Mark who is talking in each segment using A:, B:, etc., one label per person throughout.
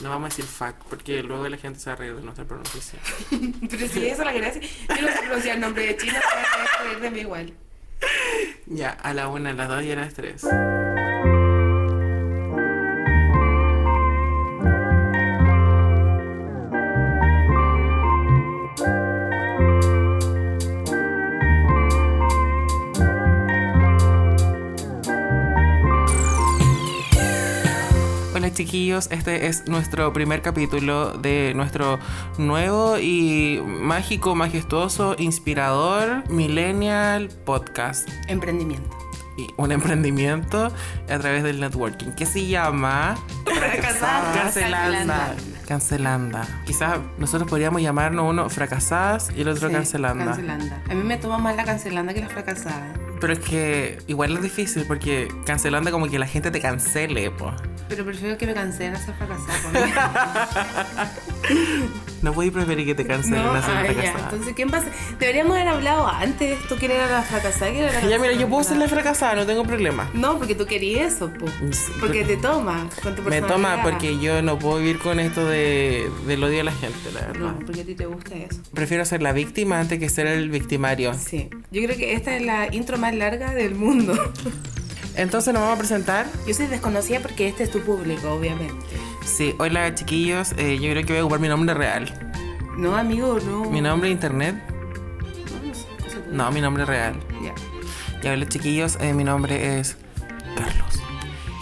A: No vamos a decir fuck, porque luego la gente se va a reír de nuestra pronunciación.
B: Pero si eso la gracia. Yo no sé pronunciar el nombre de China, pero se va a reír de mí igual.
A: Ya, a la una, a las dos y a las tres. Hola chiquillos, este es nuestro primer capítulo de nuestro nuevo y mágico, majestuoso, inspirador Millennial Podcast
B: Emprendimiento.
A: y un emprendimiento a través del networking que se llama
B: Fracasadas.
A: Cancelanda. Cancelanda. Quizás nosotros podríamos llamarnos uno fracasadas y el otro
B: Sí,
A: cancelanda.
B: Cancelanda. A mí me toma más la cancelanda que la fracasada.
A: Pero es que igual es difícil porque cancelanda como que la gente te cancele, po.
B: Pero prefiero que me cancelen a ser fracasada. por mí.
A: No puedes preferir que te cancelen a ser
B: ah, ya.
A: fracasada.
B: Entonces, ¿quién pasa? Deberíamos haber hablado antes de esto. ¿Quién era la fracasada? ¿Quién era la
A: Ya mira, yo puedo ser
B: cancelanda?
A: la fracasada, no tengo problema.
B: No, porque tú querías eso, po.
A: Sí,
B: Porque
A: pero-
B: te toma con tu
A: Me toma
B: personalidad.
A: porque yo no puedo vivir con esto de, del odio a la gente, la verdad.
B: No, porque a ti te gusta eso.
A: Prefiero ser la víctima antes que ser el victimario.
B: Sí. Yo creo que esta es la intro más larga del mundo.
A: Entonces nos vamos a presentar.
B: Yo soy desconocida porque este es tu público, obviamente.
A: Sí, hola chiquillos, eh, yo creo que voy a ocupar mi nombre real.
B: No, amigo, no.
A: Mi nombre de internet.
B: No, no sé, cosa tuya.
A: No, mi nombre real.
B: Ya.
A: Ya hola chiquillos, eh, mi nombre es Carlos.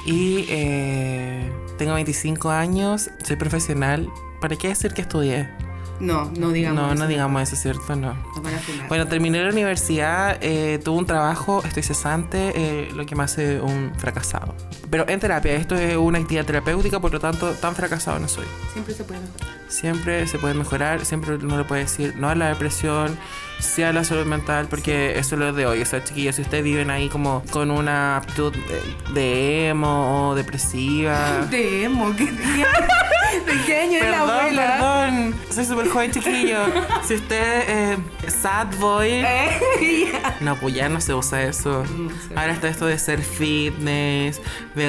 A: Y eh, tengo 25 años, soy profesional. ¿Para qué decir que estudié?
B: No, no digamos.
A: no, no
B: eso.
A: digamos eso, ¿cierto? No.
B: No van a funar.
A: Bueno, terminé la universidad, eh, tuve un trabajo, estoy cesante, eh, lo que me hace un fracasado. Pero en terapia, esto es una actividad terapéutica, por lo tanto, tan fracasado no soy.
B: Siempre se puede mejorar.
A: Siempre se puede mejorar, siempre uno le puede decir no a la depresión, sí a la salud mental, porque eso es lo de hoy. O sea, chiquillos, si ustedes viven ahí como con una aptitud de- de emo o depresiva.
B: Te emo, que tenía. ¿De qué año es la
A: Ah. Perdón,
B: abuela?
A: perdón, soy súper joven, chiquillo. Si usted es sad boy,
B: Eh, ya.
A: No, pues ya no se usa eso.
B: Mm, No sé.
A: Ahora está esto de ser fitness,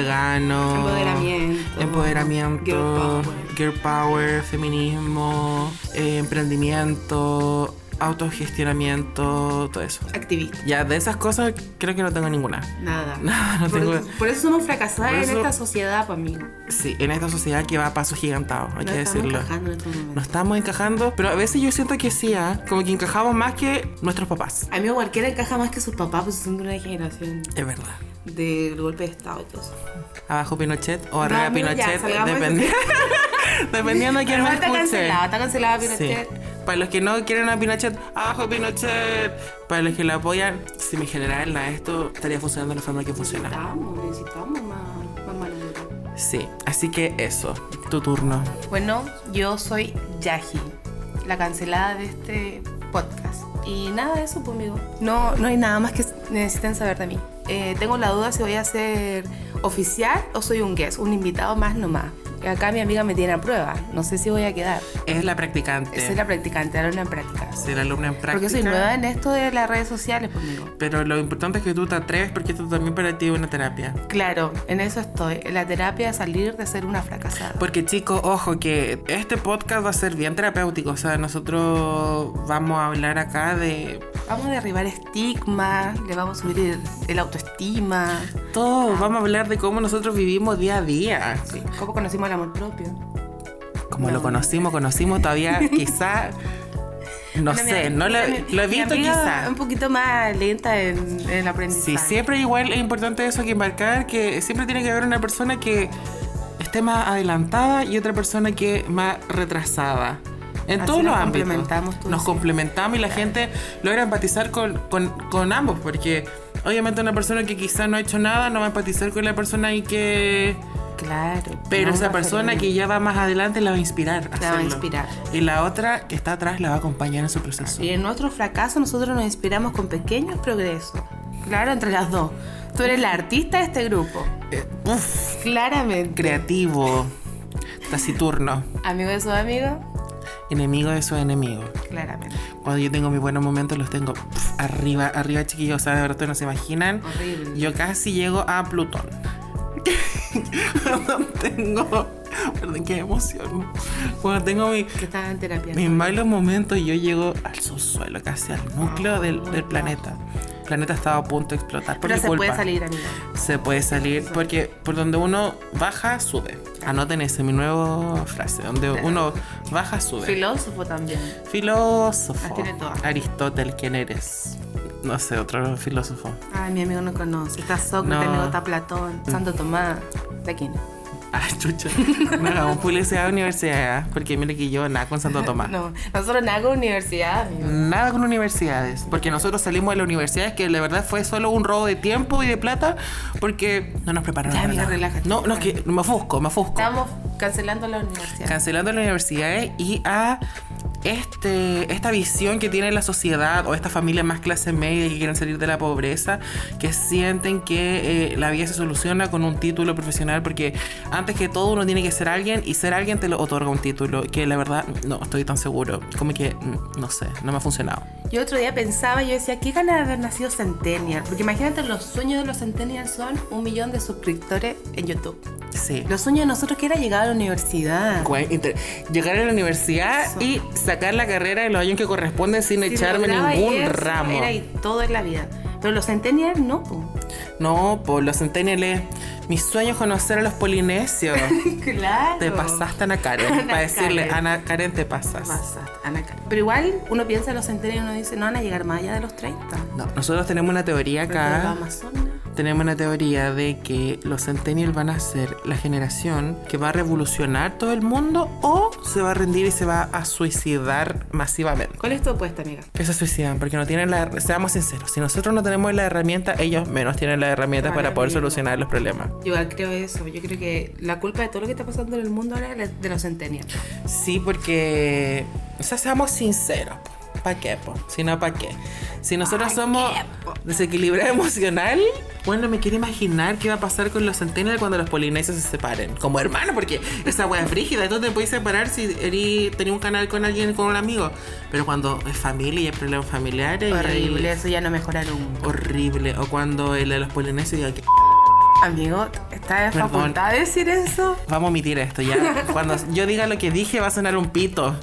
A: vegano.
B: Empoderamiento.
A: Empoderamiento.
B: Girl power.
A: girl power, feminismo, eh, emprendimiento, autogestionamiento, todo eso.
B: Activista.
A: Ya, de esas cosas creo que no tengo ninguna.
B: Nada.
A: No, no
B: por,
A: tengo-
B: eso, por eso somos fracasadas
A: por
B: en
A: eso-
B: esta sociedad, pa' amigo. No
A: Sí, en esta sociedad que va a paso gigantado, hay que
B: estamos
A: decirlo.
B: encajando en este estos
A: No
B: momentos.
A: estamos encajando, pero a veces yo siento que sí, ¿ah? como que encajamos más que nuestros papás.
B: A mí cualquiera encaja más que sus papás, pues son de una generación
A: Es verdad.
B: del golpe de Estado y todo eso.
A: Abajo Pinochet o arriba
B: No, no, ya,
A: Pinochet,
B: salgamos de-
A: dependi- dependiendo de quién me
B: Además, está
A: escuche.
B: cancelado, está cancelado
A: Sí.
B: Pinochet.
A: Para los que no quieren a Pinochet, abajo Pinochet. Para los que lo apoyan, si mi general nada de esto estaría funcionando de la forma que funciona.
B: Necesitamos, necesitamos más, más mano de obra.
A: Sí, así que eso, tu turno.
B: Bueno, yo soy Yaji, la cancelada de este podcast. Y nada de eso, pues, amigo. No, no hay nada más que necesiten saber de mí. Eh, tengo la duda si voy a ser oficial o soy un guest, un invitado más nomás. Acá mi amiga me tiene a prueba. No sé si voy a quedar.
A: Es la practicante.
B: Soy la practicante, ahora en práctica.
A: Ser alumna en práctica.
B: Porque soy nueva en esto de las redes sociales, pues, amigo.
A: Pero lo importante es que tú te atreves porque esto también para ti es una terapia.
B: Claro, en eso estoy. En la terapia de salir de ser una fracasada.
A: Porque chicos, ojo, que este podcast va a ser bien terapéutico. O sea, nosotros vamos a hablar acá de
B: Vamos a derribar estigmas, le vamos a subir el, el autoestima.
A: todo. Vamos a hablar de cómo nosotros vivimos día a día.
B: Sí, ¿Cómo conocimos el amor propio?
A: Como
B: No.
A: lo conocimos, conocimos todavía, quizá. No
B: Bueno,
A: sé,
B: mi-
A: no lo,
B: mi-
A: lo he
B: mi
A: visto
B: amiga
A: quizá.
B: Un poquito más lenta en, en el
A: Sí,
B: aprendizaje.
A: siempre igual es importante eso que embarcar, que siempre tiene que haber una persona que esté más adelantada y otra persona que más retrasada. En
B: Así
A: todos
B: nos
A: los ámbitos.
B: complementamos, tú
A: nos
B: dices.
A: complementamos y la gente logra empatizar con, con- con ambos, porque obviamente una persona que quizá no ha hecho nada no va a empatizar con la persona y que...
B: Claro.
A: Pero
B: no,
A: esa persona que
B: referente.
A: ya va más adelante la va a inspirar. a
B: La va a
A: hacerlo.
B: inspirar.
A: Y la otra que está atrás la va a acompañar en su proceso.
B: Y en nuestro fracaso nosotros nos inspiramos con pequeños progresos. Claro, entre las dos. Tú eres la artista de este grupo.
A: Eh, uf,
B: Claramente.
A: creativo, taciturno,
B: Amigo de sus amigos,
A: enemigo de sus enemigos.
B: claramente.
A: Cuando yo tengo mis buenos momentos, los tengo pf, arriba, arriba, chiquillos. O sea, de verdad, ustedes no se imaginan.
B: Horrible.
A: Yo casi llego a Plutón. Cuando tengo Perdón, qué emoción. Bueno, tengo mi,
B: que estaba en terapia.
A: mis malos momentos y yo llego al subsuelo, casi al núcleo del, del planeta. El planeta estaba a punto de explotar. Por
B: Pero
A: mi
B: se puede
A: culpa.
B: salir, amiga.
A: Se puede salir porque por donde uno baja, sube. Anoten esa mi nueva frase. Donde
B: Claro.
A: uno baja, sube.
B: Filósofo también.
A: Filósofo.
B: Las Ah, tiene todas.
A: Aristóteles, ¿quién eres? No sé, otro filósofo.
B: Ay, mi amigo no conoce. Está Sócrates,
A: No. Mm.
B: amigo está Platón, Santo Tomás. ¿De aquí no?
A: Ah, chucha. No hagamos publicidad a universidades, porque mire que yo nada con Santo Tomás.
B: No, nosotros nada con universidad, amigo.
A: Nada con universidades, porque nosotros salimos de las universidades que la verdad fue solo un robo de tiempo y de plata, porque no nos prepararon.
B: Ya,
A: para
B: amiga,
A: nada.
B: relájate.
A: No, no, es que me ofusco, me ofusco.
B: Estamos cancelando la universidad.
A: cancelando las universidades y a este, esta visión que tiene la sociedad o esta familia más clase media que quieren salir de la pobreza, que sienten que eh, la vida se soluciona con un título profesional, porque antes que todo uno tiene que ser alguien y ser alguien te lo otorga un título, que la verdad no estoy tan seguro, como que mm, no sé, no me ha funcionado.
B: Yo otro día pensaba, yo decía, qué gana de haber nacido Centennial. Porque imagínate, los sueños de los Centennial son un millón de suscriptores en YouTube.
A: Sí.
B: Los sueños de nosotros que era llegar a la universidad.
A: Güey, eh, inter- Llegar a la universidad
B: Eso.
A: y sacar la carrera en los años que corresponden sin
B: Si
A: echarme
B: lograba
A: ningún
B: eso,
A: ramo.
B: Era y todo en la vida. Pero los Centennial no, po.
A: No, por los centenniales. E. Mi sueño es conocer a los polinesios.
B: Claro.
A: te pasaste, Ana Karen.
B: Ana
A: para decirle,
B: Karen.
A: Ana Karen, te pasas.
B: Pasaste, Ana Karen. Pero igual uno piensa en los Centennial y uno dice, no van a llegar más allá de los 30.
A: No, nosotros tenemos una teoría
B: Pero de los
A: acá.
B: Amazonas.
A: Tenemos una teoría de que los centennials van a ser la generación que va a revolucionar todo el mundo o se va a rendir y se va a suicidar masivamente.
B: ¿Cuál es tu opuesta, amiga?
A: Que se suicidan porque no tienen la... Seamos sinceros, si nosotros no tenemos la herramienta, ellos menos tienen la herramienta
B: Para
A: para poder
B: vivir.
A: solucionar los problemas.
B: Yo igual creo eso. Yo creo que la culpa de todo lo que está pasando en el mundo ahora es de los Centennial.
A: Sí, porque. O sea, seamos sinceros. ¿Para qué, po? Si no, ¿para qué? Si nosotros
B: Pa'
A: somos
B: qué, po.
A: desequilibrados emocional, bueno, me quiero imaginar qué va a pasar con los centenarios cuando los polinesios se separen. Como hermanos, porque esa wea es frígida. Entonces te puedes separar si eri- tenés un canal con alguien, con un amigo. Pero cuando es familia y hay problemas familiares. y hay-
B: Horrible, eso ya no mejoraron.
A: Horrible. O cuando el de los polinesios diga que.
B: Amigo, ¿está en
A: Perdón.
B: facultad de decir eso?
A: Vamos a omitir esto ya. Cuando yo diga lo que dije, va a sonar un pito.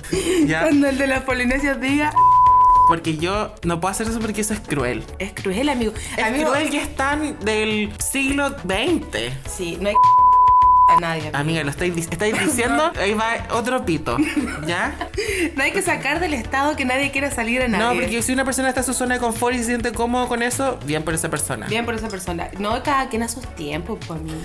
A: Ya.
B: Cuando el de las Polinesias diga,
A: Porque yo no puedo hacer eso porque eso es cruel.
B: es cruel, amigo.
A: Es
B: amigo,
A: cruel que están del siglo XX.
B: Sí, no hay a nadie. amigo.
A: Amiga, lo estáis, dic- estáis diciendo, ahí va otro pito, ¿ya?
B: No hay que sacar del estado que nadie quiera salir a nadie.
A: No, porque si una persona está en su zona de confort y se siente cómodo con eso, bien por esa persona.
B: Bien por esa persona. No, cada quien a sus tiempos, pues, amigo.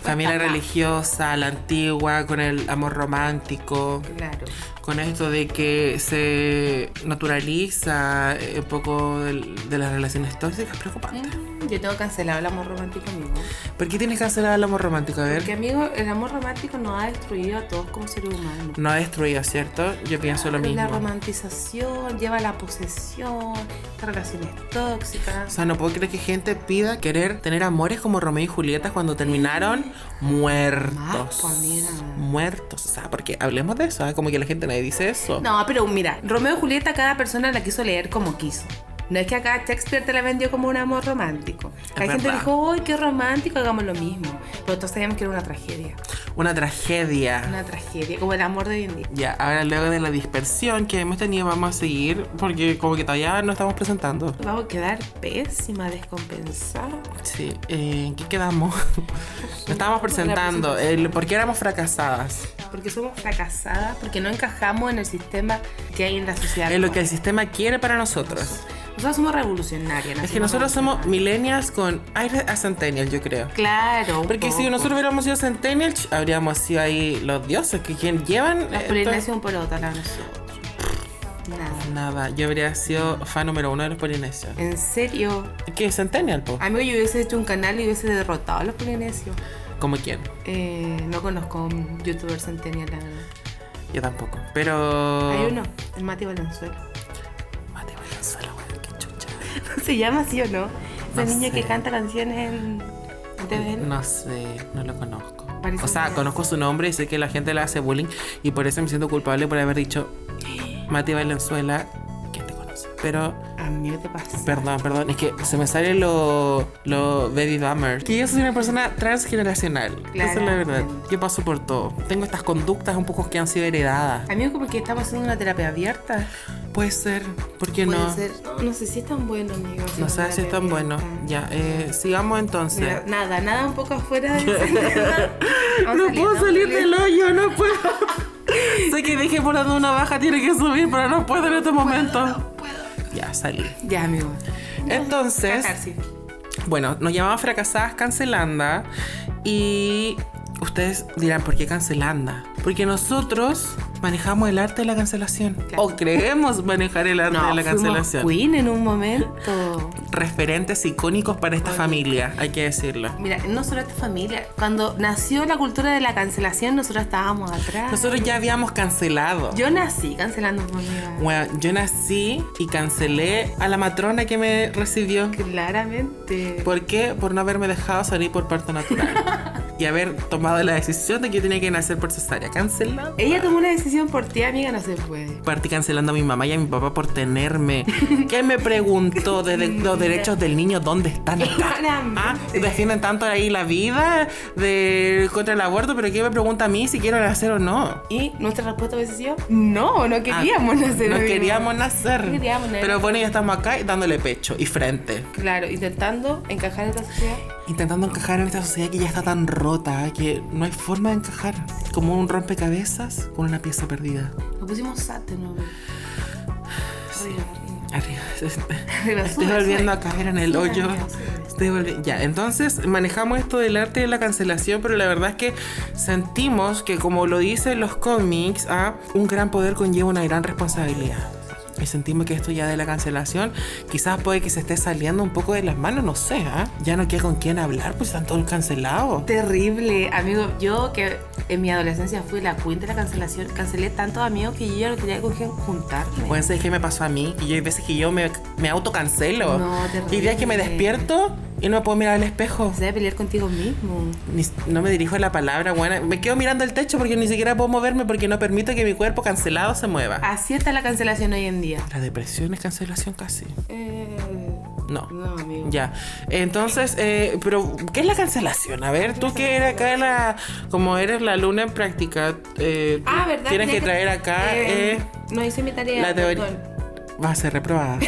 A: Familia
B: Acá,
A: religiosa, la antigua, con el amor romántico,
B: Claro.
A: con esto de que se naturaliza eh, un poco del- de las relaciones tóxicas, preocupante.
B: Mm, Yo tengo cancelado el amor romántico, amigo.
A: ¿Por qué tienes que cancelar el amor romántico? A ver.
B: Porque, amigo, el amor romántico nos ha destruido a todos como seres humanos.
A: No ha destruido, ¿cierto? Yo pienso lo
B: Pero La
A: mismo.
B: romantización lleva a la posesión, estas relaciones
A: O
B: tóxicas.
A: sea, no puedo creer que gente pida querer tener amores como Romeo y Julieta cuando terminaron muertos.
B: Más, pues, amiga.
A: muertos. O sea, porque hablemos de eso, ¿ah? como que la gente nadie dice eso.
B: No, pero mira, Romeo y Julieta cada persona la quiso leer como quiso. No es que acá Shakespeare te la vendió como un amor romántico. La
A: Es
B: gente
A: verdad.
B: dijo, ¡ay, qué romántico! Hagamos lo mismo. Pero todos sabíamos que era una tragedia.
A: Una tragedia.
B: Una tragedia, como el amor de hoy en día.
A: Ya, ahora luego de la dispersión que hemos tenido, vamos a seguir porque como que todavía no estamos presentando.
B: Vamos a quedar pésima, descompensada.
A: Sí, eh, ¿en qué quedamos? Nos estábamos presentando, el por qué éramos fracasadas.
B: Porque somos fracasadas, porque no encajamos en el sistema que hay en la sociedad.
A: Es lo que el sistema quiere para nosotros.
B: Nosotros somos revolucionarias.
A: Es que nosotros somos millennials con aire a centennial, yo creo.
B: Claro. un
A: Porque si
B: poco.
A: nosotros hubiéramos sido Centennials, habríamos sido ahí los dioses que quien llevan.
B: Los
A: eh,
B: polinesios un pelota la nosotros. Nada.
A: to- Nada, yo habría sido fan número uno de los polinesios.
B: En serio.
A: ¿Qué? Centennial, po.
B: Amigo, yo hubiese hecho un canal y hubiese derrotado a los polinesios.
A: ¿Como quién?
B: Eh, no conozco a un youtuber centenial, la verdad.
A: Ah. Yo tampoco. Pero.
B: Hay uno, el Mati Valenzuela.
A: Mate, Valenzuela, weón, qué chucha.
B: ¿Se llama así o no?
A: No
B: Esa niña
A: sé.
B: que canta canciones en TVN.
A: No sé, no lo conozco.
B: Parece
A: o sea,
B: que-
A: conozco su nombre y sé que la gente le hace bullying y por eso me siento culpable por haber dicho Mati Valenzuela, ¿quién te conoce? pero
B: A mí te pasa.
A: Perdón, perdón, es que se me sale lo, lo baby bummer. Que yo soy una persona transgeneracional. Esa es la verdad.
B: Claramente.
A: Yo paso por todo. Tengo estas conductas un poco que han sido heredadas.
B: Amigo, como que estamos haciendo una terapia abierta.
A: Puede ser, ¿por qué
B: Puede
A: no?
B: ser. No sé si es tan bueno, amigo. hacer
A: No
B: una
A: sabes si es
B: terapia
A: tan bueno.
B: abierta.
A: Ya, eh, sigamos entonces.
B: Mira, Nada, nada un poco afuera de Vamos a
A: no
B: salir,
A: puedo
B: vamos a
A: salir del hoyo, no puedo. sé que dije por dando una baja tiene que subir, pero no puedo en este momento. Ya, salí.
B: Ya, amigo.
A: Entonces,
B: Catarsis.
A: Bueno, nos llamaban fracasadas cancelanda y ustedes dirán, ¿por qué cancelanda? Porque nosotros manejamos el arte de la cancelación.
B: Claro.
A: O creemos manejar el arte de la
B: fuimos
A: cancelación.
B: Queen en un momento.
A: Referentes icónicos para esta familia, hay que decirlo.
B: Mira, no solo esta familia. Cuando nació la cultura de la cancelación, nosotros estábamos atrás.
A: Nosotros ya habíamos cancelado.
B: Yo nací cancelando por mi mamá.
A: Bueno, yo nací y cancelé a la matrona que me recibió.
B: Claramente.
A: ¿Por qué? Por no haberme dejado salir por parto natural. y haber tomado la decisión de que yo tenía que nacer por cesárea. Cancelado.
B: Ella tomó una decisión por ti, amiga, no se puede.
A: Partí cancelando a mi mamá y a mi papá por tenerme. ¿Qué me preguntó de, de- los derechos del niño? ¿Dónde están? Ah,
B: Claramente.
A: defienden tanto ahí la vida de, contra el aborto, pero ¿qué me pregunta a mí si quiero nacer o no?
B: Y nuestra respuesta hubiese sido, no, no queríamos
A: Ah,
B: nacer.
A: No
B: amigo.
A: queríamos nacer.
B: No queríamos nacer.
A: Pero bueno, ya estamos acá y dándole pecho y frente.
B: Claro, intentando encajar en la sociedad.
A: Intentando encajar en esta sociedad que ya está tan rota que no hay forma de encajar. Como un rompecabezas con una pieza perdida.
B: Lo pusimos sate, ¿no? amigo? Arriba, arriba.
A: Arriba.
B: Arriba,
A: Estoy
B: sube,
A: volviendo
B: sube.
A: a caer en el
B: Sube,
A: hoyo.
B: amiga, sube.
A: Estoy volvi- Ya, entonces manejamos esto del arte de la cancelación, pero la verdad es que sentimos que, como lo dicen los cómics, ah, un gran poder conlleva una gran responsabilidad. Y sentimos que esto ya de la cancelación quizás puede que se esté saliendo un poco de las manos, no sé, ah. ya no queda con quién hablar, pues están todos cancelados.
B: Terrible, amigo. Yo que en mi adolescencia fui la queen de la cancelación, cancelé tantos amigos que yo ya no tenía con quién juntarme.
A: Pueden ser que me pasó a mí, y yo hay veces que yo me, me autocancelo.
B: No,
A: y hay días que me
B: terrible.
A: despierto y no me puedo mirar al espejo.
B: Se debe pelear contigo mismo.
A: Ni- no me dirijo a la palabra buena. Me quedo mirando el techo porque ni siquiera puedo moverme porque no permito que mi cuerpo cancelado se mueva.
B: Así está la cancelación hoy en día.
A: La depresión es cancelación casi.
B: Eh,
A: No.
B: no, amigo.
A: Ya. Entonces, eh, pero ¿qué es la cancelación? A ver, tú que eres acá la, como eres la luna en práctica, eh,
B: Ah, ¿verdad?
A: tienes
B: Tenía
A: que traer acá
B: Eh,
A: eh,
B: no hice mi tarea.
A: la teoría.
B: perdón.
A: Va a ser reprobada.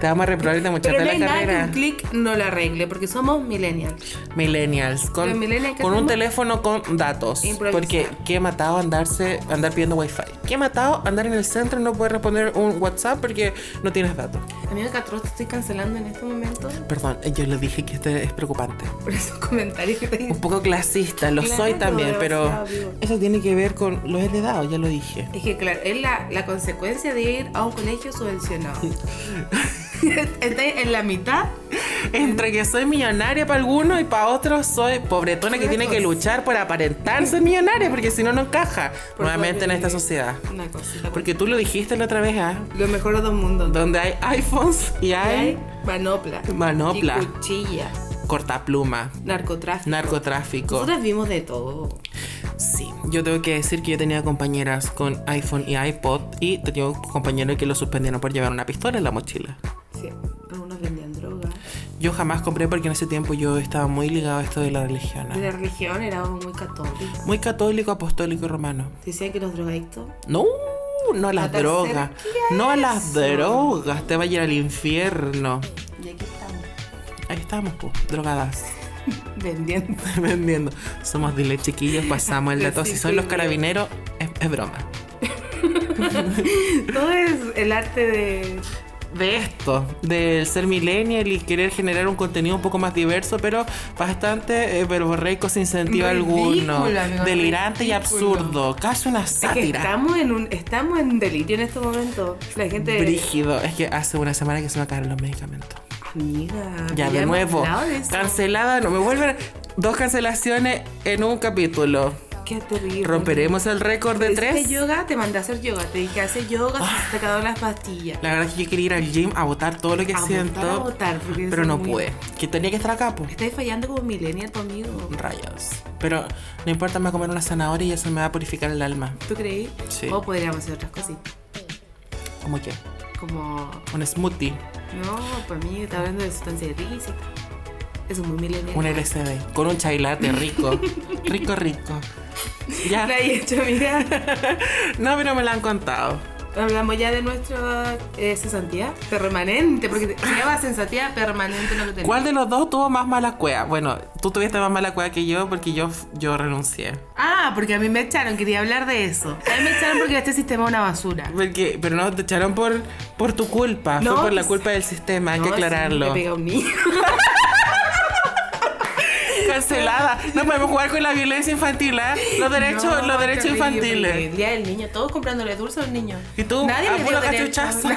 A: Te vamos a reprobar y te
B: Pero
A: mocharte
B: no
A: la
B: hay nada que
A: carrera.
B: un clic no la arregle, porque somos millennials.
A: Millennials, con,
B: Los millennials que
A: con un
B: somos-
A: teléfono con datos.
B: Improvisar.
A: Porque qué matado andarse, andar pidiendo wifi. Qué matado andar en el centro y no poder responder un WhatsApp porque no tienes datos.
B: Amigo Catro, te estoy cancelando en este momento
A: Perdón, yo le dije que este es preocupante.
B: por esos comentarios que te
A: Un poco clasista, lo
B: Claro,
A: soy también, pero
B: demasiado, digo.
A: eso tiene que ver con los heredados, ya lo dije.
B: Es que, claro, es la, la consecuencia de ir a un colegio subvencionado. Estáis en la mitad.
A: Entre que soy millonaria para algunos y para otros soy pobretona que tiene que luchar por aparentar ser millonaria porque si no, no encaja
B: Por
A: nuevamente en
B: favor,
A: esta
B: eh,
A: sociedad.
B: Una cosita. Porque
A: Porque tú lo dijiste la otra vez, ¿ah?
B: lo mejor de dos mundos.
A: donde hay iPhones y
B: Y
A: hay
B: hay manopla.
A: Manopla.
B: Y cuchillas.
A: cortapluma,
B: Narcotráfico.
A: narcotráfico.
B: Nosotras vimos de todo.
A: Sí, yo tengo que decir que yo tenía compañeras con iPhone y iPod y tenía un compañero que lo suspendieron por llevar una pistola en la mochila.
B: Sí. Algunos vendían droga.
A: Yo jamás compré porque en ese tiempo yo estaba muy ligado a esto de la religión.
B: De
A: ¿ah?
B: la religión éramos muy católicos.
A: Muy católico, apostólico y romano.
B: Decían que los drogadictos.
A: No, no a las
B: La tercera,
A: drogas.
B: ¿qué
A: No a
B: es
A: las
B: eso?
A: drogas, te va a ir al infierno.
B: Y aquí estamos.
A: Ahí estamos, pues, drogadas.
B: Vendiendo.
A: vendiendo. Somos dile chiquillos, pasamos el dato.
B: Sí,
A: Si
B: sí,
A: son los
B: sí.
A: carabineros, es, es broma.
B: Todo es el arte de.
A: De esto, del ser millennial y querer generar un contenido un poco más diverso, pero bastante eh, verborreico sin sentido
B: Ridículo,
A: alguno.
B: amigo,
A: delirante y
B: ridículo.
A: absurdo. Casi una
B: Es que
A: sátira.
B: estamos en un. Estamos en delirio en este momento. La gente.
A: Brígido. Es que hace una semana que se me acabaron los medicamentos.
B: Amiga.
A: Ya, de
B: hemos
A: nuevo.
B: hablado de eso.
A: Cancelada, no me vuelven. Dos cancelaciones en un capítulo.
B: Qué terrible.
A: Romperemos el récord de
B: Te hice
A: tres. Ah.
B: yoga, te mandé a hacer yoga. Te dije, hace yoga, se te acabaron las pastillas.
A: La verdad es que yo quería ir al gym a botar todo lo que
B: A botar,
A: siento.
B: a botar, porque
A: pero
B: eso
A: no
B: es muy-
A: pude. Que tenía que estar acá, pues.
B: Estás fallando como millennial, tu amigo.
A: Rayos. Pero no importa, me voy a comer una zanahoria y eso me va a purificar el alma.
B: ¿Tú creí?
A: Sí.
B: O podríamos hacer otras cositas.
A: ¿Cómo que?
B: como,
A: Un smoothie,
B: no, para mí está hablando de sustancia ilícita. Eso es muy milenial.
A: un LSD, con un chai latte rico. rico, rico. Ya.
B: La he hecho, amiga.
A: No, pero me lo han contado.
B: Hablamos ya de nuestra eh, cesantía permanente, porque se llama cesantía permanente lo que tenemos.
A: ¿Cuál de los dos tuvo más mala cueva? Bueno, tú tuviste más mala cueva que yo porque yo, yo renuncié.
B: Ah, porque a mí me echaron, quería hablar de eso. A mí me echaron porque este sistema es una basura.
A: Porque, pero no te echaron por, por tu culpa,
B: No,
A: fue por la
B: sí.
A: culpa del sistema, hay
B: No,
A: que
B: sí,
A: aclararlo.
B: me pega un niño.
A: Cancelada. No podemos jugar con la violencia infantil, ¿eh? Los derechos,
B: No,
A: los derechos
B: terrible.
A: infantiles.
B: El día del niño, todos comprándole dulce al niño.
A: Y tú,
B: Nadie
A: a
B: le
A: puro
B: dio derecho.
A: cachuchazo.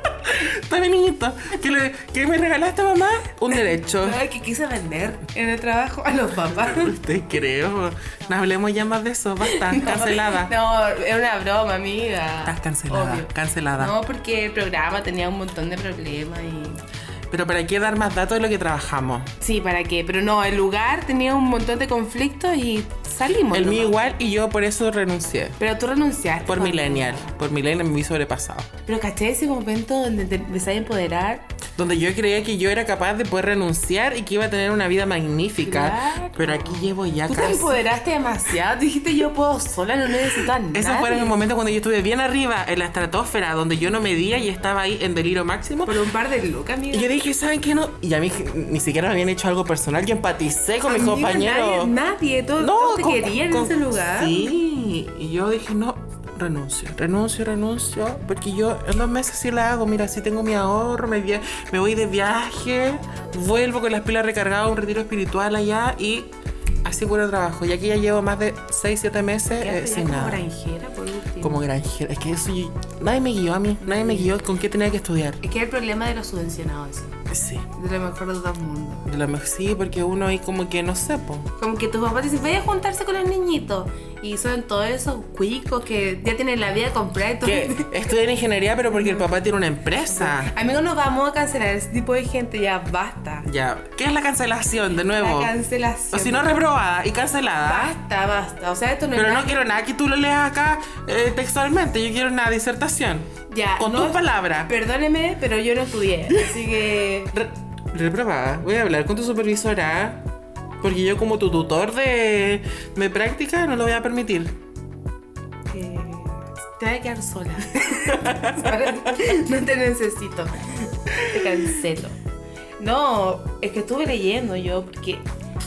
A: También niñito, que, le- que me regalaste mamá un derecho.
B: Ay, que quise vender en el trabajo a los papás.
A: Te creo. No hablemos ya más de eso, basta. Cancelada.
B: No, era una broma, amiga.
A: Estás cancelada,
B: Obvio.
A: cancelada.
B: No, porque el programa tenía un montón de problemas y...
A: Pero para qué dar más datos de lo que trabajamos.
B: Sí, ¿para qué? Pero no, el lugar tenía un montón de conflictos y salimos.
A: El
B: nomás.
A: mío igual y yo por eso renuncié.
B: Pero tú renunciaste.
A: Por
B: Juan.
A: millennial. Por millennial me vi sobrepasado.
B: Pero caché ese momento donde te empezáis a empoderar.
A: Donde yo creía que yo era capaz de poder renunciar y que iba a tener una vida magnífica.
B: Claro.
A: Pero aquí llevo ya
B: Tú te
A: casi.
B: empoderaste demasiado. Dijiste yo puedo sola, no necesito a nadie.
A: Esos fueron los momentos cuando yo estuve bien arriba, en la estratosfera, donde yo no medía y estaba ahí en delirio máximo.
B: Por un par de lucas, amiga.
A: Y yo dije, ¿saben qué no? Y a mí ni siquiera me habían hecho algo personal. Yo empaticé con mis
B: Amiga,
A: compañeros.
B: Nadie, nadie todos, todos te
A: con-
B: querían
A: con-
B: en ese lugar.
A: Sí, y yo dije, no, renuncio, renuncio, renuncio, porque yo en dos meses sí la hago, mira, sí tengo mi ahorro, me, via- me voy de viaje, vuelvo con las pilas recargadas, a un retiro espiritual allá y así curo trabajo. Y aquí ya llevo más de 6, 7 meses
B: Quedaste
A: eh,
B: ya
A: sin
B: como
A: nada.
B: granjera, por último.
A: Como granjero, es que eso yo- nadie me guió a mí, nadie me guió con qué tenía que estudiar.
B: Es que era el problema de los subvencionados. eso.
A: Sí,
B: De lo mejor de dos mundos.
A: de lo mejor sí, porque uno ahí como que no sé, po.
B: Como que tus papás dicen, vaya a juntarse con los niñitos. Y son todos esos cuicos que ya tienen la vida completa.
A: Que estudian ingeniería, pero porque el papá tiene una empresa.
B: Amigos, nos vamos a cancelar ese tipo de gente, ya basta.
A: Ya. ¿Qué es la cancelación de nuevo?
B: La cancelación. Ah,
A: O si no, reprobada y cancelada.
B: Basta, basta. O sea, esto no es
A: ¿Ah? Pero no
B: nada-
A: quiero nada que tú lo leas acá eh, textualmente. Yo quiero una disertación.
B: Ya,
A: Con
B: no-
A: tus palabras.
B: Perdóneme, pero yo no estudié. Así que.
A: Re- reprobada. Voy a hablar con tu supervisora. Porque yo, como tu tutor de, de práctica, no lo voy a permitir.
B: que Te voy a quedar sola. no te necesito. Te cancelo. No, es que estuve leyendo yo porque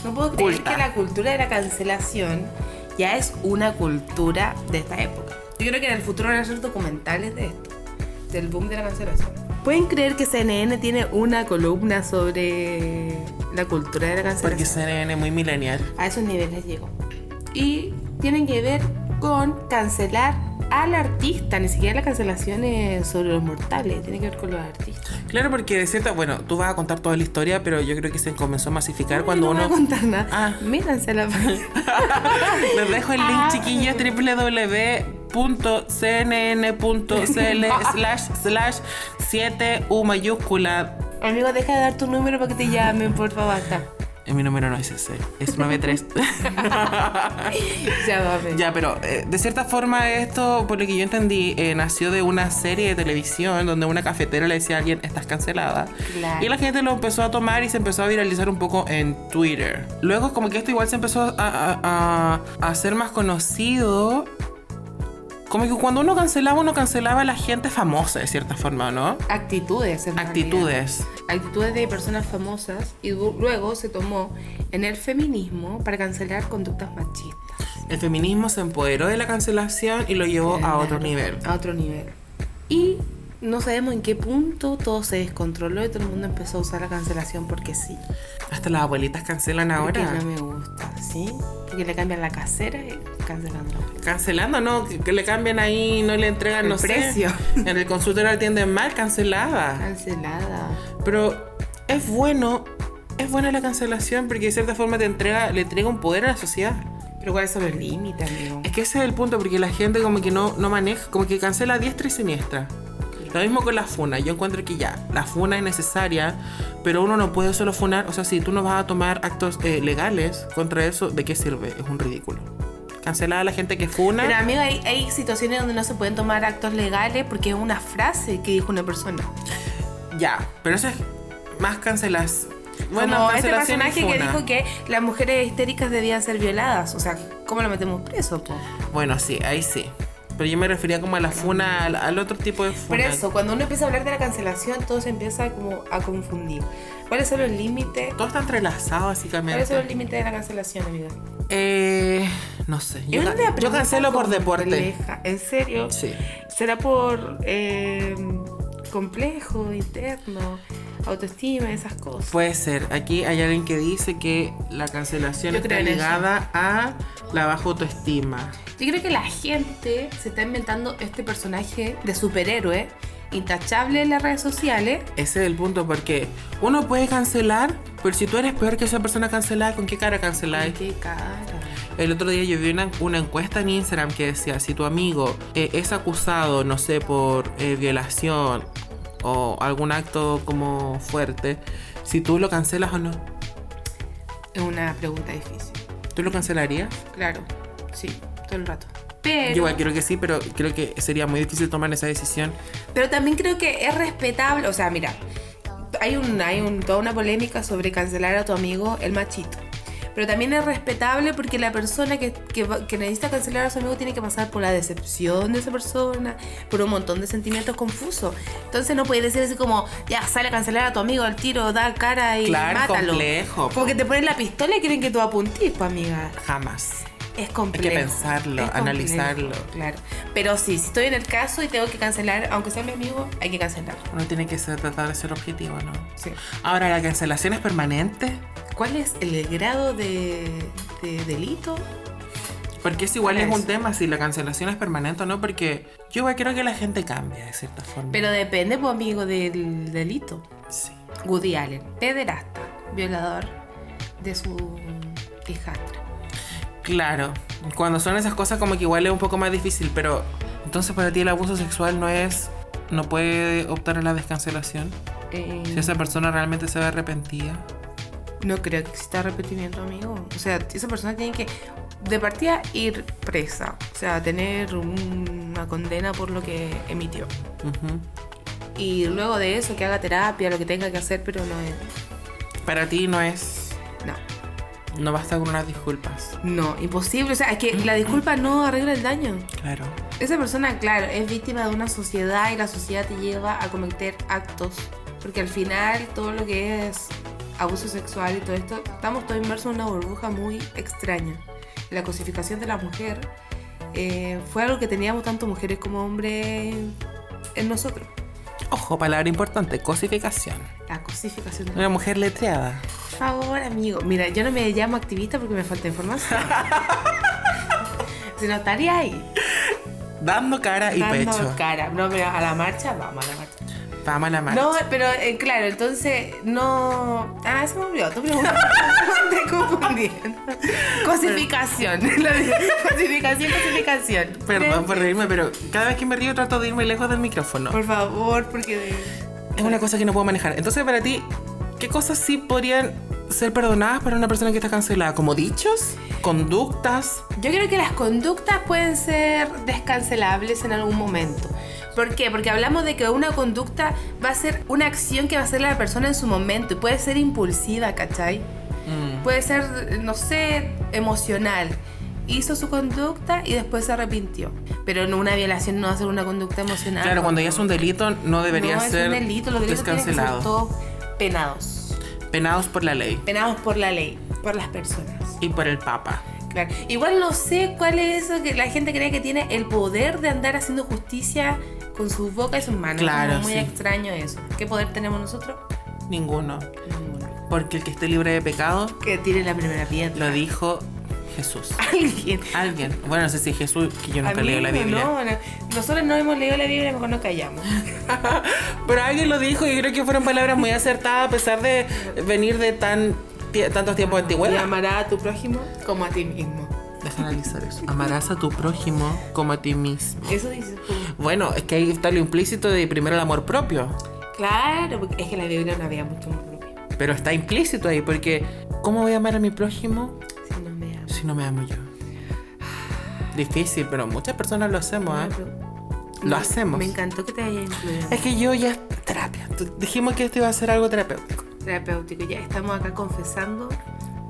B: no puedo creer
A: Culta.
B: que la cultura de la cancelación ya es una cultura de esta época. Yo creo que en el futuro van a hacer documentales de esto, del boom de la cancelación. ¿Pueden creer que CNN tiene una columna sobre la cultura de la cancelación?
A: Porque CNN es muy millennial.
B: a esos niveles llegó. Y tienen que ver con cancelar al artista, ni siquiera la cancelación es sobre los mortales, tiene que ver con los artistas.
A: Claro, porque de cierta. Bueno, tú vas a contar toda la historia, pero yo creo que se comenzó a masificar cuando
B: no
A: uno.
B: voy a contar nada.
A: Ah.
B: Mírense la
A: Les dejo el link,
B: Ah.
A: chiquillos, www.cnn.cl slash slash 7U mayúscula.
B: Amigo, deja de dar tu número para que te llamen, por favor, basta.
A: Eh, Mi número no es ese, es 93.
B: Ya va a ver.
A: ya, pero eh, de cierta forma esto, por lo que yo entendí, eh, nació de una serie de televisión donde una cafetera le decía a alguien, estás cancelada.
B: Claro.
A: Y la gente lo empezó a tomar y se empezó a viralizar un poco en Twitter. Luego como que esto igual se empezó a, a- a- a ser más conocido. Como que cuando uno cancelaba, uno cancelaba a la gente famosa, de cierta forma, ¿no?
B: Actitudes, en realidad.
A: Actitudes.
B: Actitudes de personas famosas y du- luego se tomó en el feminismo para cancelar conductas machistas.
A: El feminismo se empoderó de la cancelación y lo llevó a otro
B: Claro,
A: nivel.
B: A otro nivel. Y no sabemos en qué punto todo se descontroló y todo el mundo empezó a usar la cancelación porque sí.
A: Hasta las abuelitas cancelan
B: Porque
A: ahora.
B: no me gusta, ¿sí? Porque le cambian la casera y cancelando.
A: Cancelando, ¿no? Que, que le cambian ahí, no le entregan,
B: El
A: no sé.
B: precio.
A: En el consultorio atienden mal, cancelada.
B: Cancelada.
A: Pero es bueno, es buena la cancelación porque de cierta forma te entrega, le entrega un poder a la sociedad.
B: Pero ¿cuáles son los límites, amigo?
A: Es que ese es el punto, porque la gente como que no, no maneja, como que cancela a diestra y siniestra. Lo mismo con la funa. Yo encuentro que ya, la funa es necesaria, pero uno no puede solo funar. O sea, si tú no vas a tomar actos eh, legales contra eso, ¿de qué sirve? Es un ridículo. Cancelada la gente que funa.
B: Pero amiga, hay, hay situaciones donde no se pueden tomar actos legales porque es una frase que dijo una persona.
A: Ya, pero eso es más cancelas. Bueno,
B: Como este
A: cancelación y
B: personaje que
A: funa.
B: dijo que las mujeres histéricas debían ser violadas. O sea, ¿cómo lo metemos preso? po?
A: Bueno, sí, ahí sí. Pero yo me refería como a la funa, al, al otro tipo de
B: Por
A: funa.
B: eso, cuando uno empieza a hablar de la cancelación, todo se empieza como a confundir. ¿Cuáles son los límites?
A: Todo está entrelazado,
B: ¿Cuáles son los
A: básicamente.
B: límites de la cancelación, amiga?
A: Eh, no sé. Yo,
B: Es
A: ca-
B: una
A: yo
B: pregunta
A: cancelo por deporte.
B: compleja. ¿En serio?
A: Sí.
B: ¿Será por eh, complejo, interno, autoestima, esas cosas?
A: Puede ser. Aquí hay alguien que dice que la cancelación
B: Yo
A: está
B: creo en eso.
A: ligada a la baja autoestima.
B: Yo creo que la gente se está inventando este personaje de superhéroe intachable en las redes sociales.
A: Ese es el punto, porque uno puede cancelar, pero si tú eres peor que esa persona cancelada, ¿con qué cara canceláis?
B: Ay, qué cara.
A: El otro día yo vi una, una encuesta en Instagram que decía, si tu amigo eh, es acusado, no sé, por eh, violación o algún acto como fuerte, si tú lo cancelas o no,
B: Es una pregunta difícil.
A: ¿tú lo cancelarías?
B: Claro, sí, todo el rato. Pero,
A: Yo igual creo que sí, pero creo que sería muy difícil tomar esa decisión.
B: pero también creo que es respetable. O sea, mira, hay, un, hay un- toda una polémica sobre cancelar a tu amigo el machito. Pero también es respetable porque la persona que, que va- que necesita cancelar a su amigo tiene que pasar por la decepción de esa persona, por un montón de sentimientos confusos. Entonces no puede decir así como, ya, sale a cancelar a tu amigo al tiro, da cara y
A: Claro,
B: mátalo.
A: complejo, po.
B: Como que te ponen la pistola y quieren que tú apuntís, pues, amiga.
A: Jamás.
B: Es complejo.
A: pensarlo,
B: complejo,
A: analizarlo.
B: Claro. Pero sí, si estoy en el caso y tengo que cancelar, aunque sea mi amigo, hay que cancelarlo.
A: Uno tiene que ser- tratar de ser objetivo, ¿no?
B: Sí.
A: Ahora, ¿la cancelación es permanente?
B: ¿Cuál es el grado de, de delito?
A: Porque es igual
B: ¿Cuál
A: es
B: es?
A: un tema si la cancelación es permanente o no, porque yo igual creo que la gente cambia de cierta forma.
B: Pero depende, pues, amigo, del delito.
A: Sí.
B: Woody Allen, pederasta, violador de su hijastra.
A: Claro, cuando son esas cosas como que igual es un poco más difícil, pero entonces para ti el abuso sexual no es, no puede optar a la descancelación.
B: Eh,
A: Si esa persona realmente se ve arrepentida.
B: No creo que exista arrepentimiento, amigo. O sea, esa persona tiene que, de partida, ir presa. O sea, tener un- una condena por lo que emitió.
A: Ujú.
B: Y luego de eso, que haga terapia, lo que tenga que hacer, pero no es.
A: Para ti no es,
B: No,
A: no basta con unas disculpas.
B: no, imposible. O sea, es que la disculpa no arregla el daño.
A: Claro.
B: Esa persona, claro, es víctima de una sociedad y la sociedad te lleva a cometer actos. Porque al final, todo lo que es abuso sexual y todo esto, estamos todos inmersos en una burbuja muy extraña. La cosificación de la mujer eh, fue algo que teníamos tanto mujeres como hombres en nosotros.
A: Ojo, palabra importante, cosificación.
B: La cosificación de la
A: Una mujer letreada.
B: Por favor, amigo. Mira, yo no me llamo activista porque me falta información. si no estaría ahí.
A: Dando cara y
B: dando
A: pecho.
B: cara. No, pero a la marcha, vamos a la marcha.
A: Vamos a la mano.
B: No, pero eh, claro, entonces no. Ah, se me olvidó tu pregunta. Me estoy confundiendo. Cosificación. La de- cosificación, cosificación.
A: Perdón por reírme, pero cada vez que me río trato de irme lejos del micrófono.
B: Por favor, porque.
A: Es una cosa que no puedo manejar. Entonces, para ti, ¿qué cosas sí podrían ser perdonadas para una persona que está cancelada? ¿Como dichos? ¿Conductas?
B: Yo creo que las conductas pueden ser descancelables en algún momento. ¿Por qué? Porque hablamos de que una conducta va a ser una acción que va a hacer la persona en su momento y puede ser impulsiva, ¿cachai? Puede ser, no sé, emocional. Hizo su conducta y después se arrepintió. Pero en una violación no va a ser una conducta emocional.
A: Claro, cuando ya es un delito, no debería
B: no,
A: ser
B: es un delito, los delitos tienen que ser
A: descancelado.
B: todos penados.
A: Penados por la ley
B: Penados por la ley, por las personas.
A: y por el Papa.
B: Claro. Igual no sé cuál es eso que la gente cree que tiene el poder de andar haciendo justicia con su boca y sus manos.
A: Claro,
B: Como muy
A: sí.
B: extraño eso. ¿Qué poder tenemos nosotros?
A: Ninguno.
B: Ninguno.
A: Porque el que esté libre de pecado,
B: Que tiene la primera piedra.
A: lo dijo Jesús.
B: Alguien.
A: Alguien. Bueno, no sé si Jesús, que yo nunca
B: Amigo,
A: leo la Biblia.
B: No, no. Nosotros no hemos leído la Biblia, mejor nos callamos.
A: Pero alguien lo dijo y creo que fueron palabras muy acertadas a pesar de venir de tan tie- tantos tiempos de
B: Y
A: antigüedad.
B: amarás a tu prójimo como a ti mismo.
A: Deja analizar eso. Amarás a tu prójimo como a ti mismo.
B: Eso dices tú.
A: Bueno, es que ahí está lo implícito de primero el amor propio.
B: Claro, porque es que la Biblia no había mucho más propio.
A: Pero está implícito ahí porque ¿cómo voy a amar a mi prójimo
B: Si no me amas.
A: si no me amo yo? difícil, pero muchas personas lo hacemos, ¿eh? Lo
B: Me-
A: hacemos.
B: Me encantó que te haya incluido.
A: Es que yo ya es terapia. Tú- Dijimos que esto iba a ser algo terapéutico.
B: Terapéutico. Ya estamos acá confesando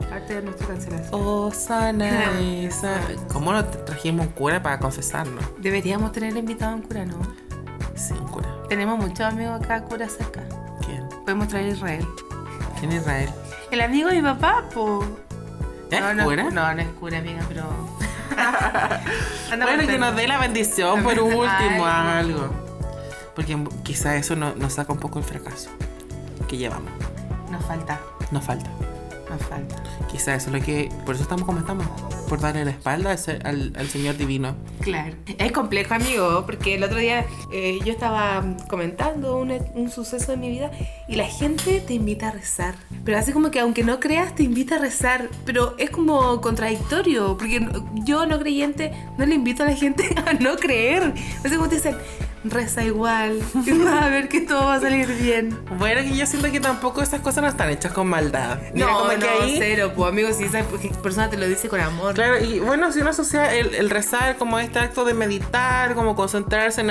B: parte de nuestra cancelación.
A: Oh, sana, y sana. ¿Cómo no te trajimos un cura para confesarnos?
B: Deberíamos tener invitado a un cura, ¿no?
A: Sí, un cura.
B: Tenemos muchos amigos acá, cura cerca.
A: ¿Quién?
B: Podemos traer a Israel.
A: ¿Quién es Israel?
B: El amigo de mi papá, po.
A: ¿Es
B: no, no,
A: cura?
B: No, no es cura, amiga, pero.
A: bueno,
B: Anda por
A: que
B: teléfono.
A: nos dé la bendición por último,
B: Ay.
A: haga algo. Porque quizá eso no- nos saca un poco el fracaso que llevamos.
B: Nos falta,
A: Nos falta.
B: nos falta.
A: Quizá eso es lo que. Por eso estamos como estamos. Por darle la espalda al, ser- al- al Señor Divino.
B: Claro. Es complejo, amigo, porque el otro día eh, yo estaba mm, comentando un, un suceso de mi vida y la gente te invita a rezar. Pero así como que aunque no creas, te invita a rezar. Pero es como contradictorio, porque no- yo no creyente no le invito a la gente a no creer. Así como te dicen, reza igual, y vas a ver que todo va a salir bien.
A: Bueno, que yo siento que tampoco esas cosas no están hechas con maldad. Mira,
B: No,
A: como
B: no,
A: que ahí-
B: cero, pues amigo, si esa persona te lo dice con amor.
A: Claro, y bueno, si uno asocia el, el rezar como este acto de meditar, como concentrarse, en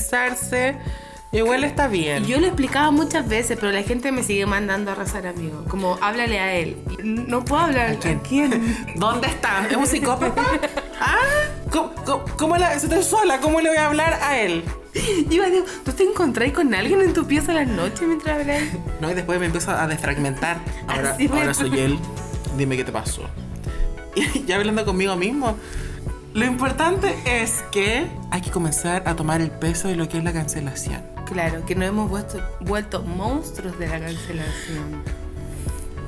A: autoanalizarse, igual está bien.
B: Yo lo explicaba muchas veces, pero la gente me sigue mandando a rezar, amigo. Como, háblale a él. No puedo hablar.
A: ¿A quién? ¿Dónde está? ¿Es un psicópata? ¿Ah? ¿Cómo, cómo, cómo la, estoy sola, ¿cómo le voy a hablar a él?
B: Yo iba, digo, ¿tú te encontrás con alguien en tu pieza a la noche mientras hablas?
A: No, y después me empiezo a desfragmentar. Ahora,
B: Así me-
A: ahora soy él. Dime qué te pasó. Y ya hablando conmigo mismo. Lo importante es que hay que comenzar a tomar el peso de lo que es la cancelación.
B: Claro, que nos hemos vuelto, vuelto monstruos de la cancelación.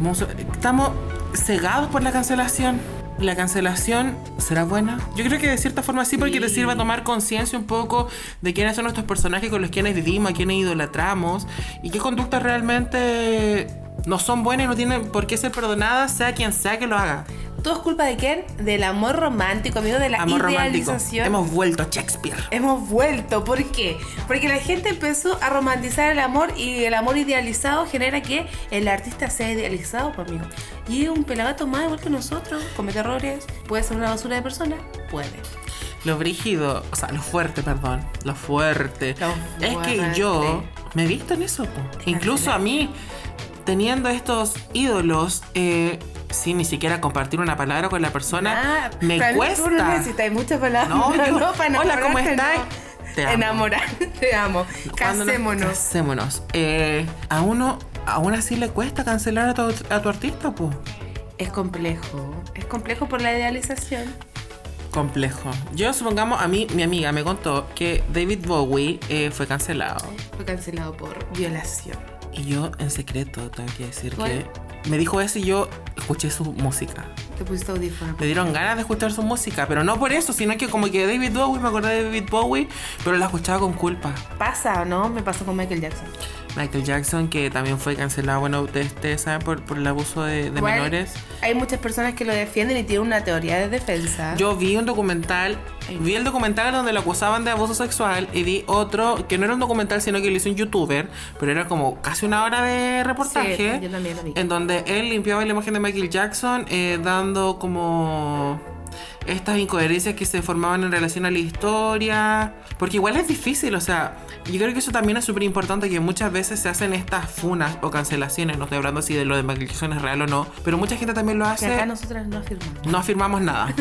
A: Monstruo- Estamos cegados por la cancelación. ¿La cancelación será buena? Yo creo que de cierta forma sí, porque te
B: Sí.
A: sirve a tomar conciencia un poco de quiénes son nuestros personajes, con los quienes vivimos, a quienes idolatramos y qué conductas realmente no son buenas y no tienen por qué ser perdonadas, sea quien sea que lo haga.
B: ¿Todo es culpa de quién? Del amor romántico, amigo, de la
A: Amor romántico.
B: idealización.
A: Hemos vuelto a Shakespeare.
B: Hemos vuelto, ¿por qué? Porque la gente empezó a romantizar el amor y el amor idealizado genera que el artista sea idealizado por mí. Y es un pelagato más igual que nosotros, comete errores, puede ser una basura de persona, puede.
A: Lo brígido, o sea, lo fuerte, perdón. Lo fuerte.
B: Lo
A: es que
B: fuerte.
A: yo me he visto en eso. po.
B: Te
A: Incluso a mí, teniendo estos ídolos, eh, sin ni siquiera compartir una palabra con la persona,
B: Ah,
A: me
B: para mí Tú no
A: cuesta.
B: necesitas muchas palabras.
A: No, yo-
B: para
A: hola, ¿cómo
B: enamorarte,
A: estás?
B: no.
A: Te amo.
B: Enamorar, te amo.
A: Cuando nos-
B: Casémonos.
A: Casémonos. Eh, a uno, aún así le cuesta cancelar a tu, a tu artista, pues.
B: Es complejo, es complejo por la idealización.
A: Complejo. Yo, supongamos, a mí, mi amiga me contó que David Bowie eh, fue cancelado.
B: Fue cancelado por violación.
A: Y yo, en secreto, tengo que decir
B: Bueno.
A: que me dijo eso y yo escuché su música.
B: Te pusiste audífono.
A: Me dieron ganas de escuchar su música, pero no por eso, sino que como que David Bowie, me acordé de David Bowie, pero la escuchaba con culpa.
B: ¿Pasa o no? Me pasó con Michael Jackson.
A: Michael Jackson, que también fue cancelado, bueno, ustedes, ustedes saben, por, por el abuso de, de
B: Igual,
A: menores.
B: Hay muchas personas que lo defienden y tienen una teoría de defensa.
A: Yo vi un documental, vi el documental donde lo acusaban de abuso sexual y vi otro que no era un documental, sino que lo hizo un youtuber, pero era como casi una hora de reportaje.
B: Sí, yo también lo vi.
A: En donde él limpiaba la imagen de Michael Jackson, eh, dando como estas incoherencias que se formaban en relación a la historia. Porque igual es difícil, o sea, yo creo que eso también es súper importante, que muchas veces se hacen estas funas o cancelaciones. No estoy hablando así de lo de Michael Jackson es real o no, pero mucha gente también lo
B: que
A: hace
B: acá nosotras no afirmamos.
A: no afirmamos nada.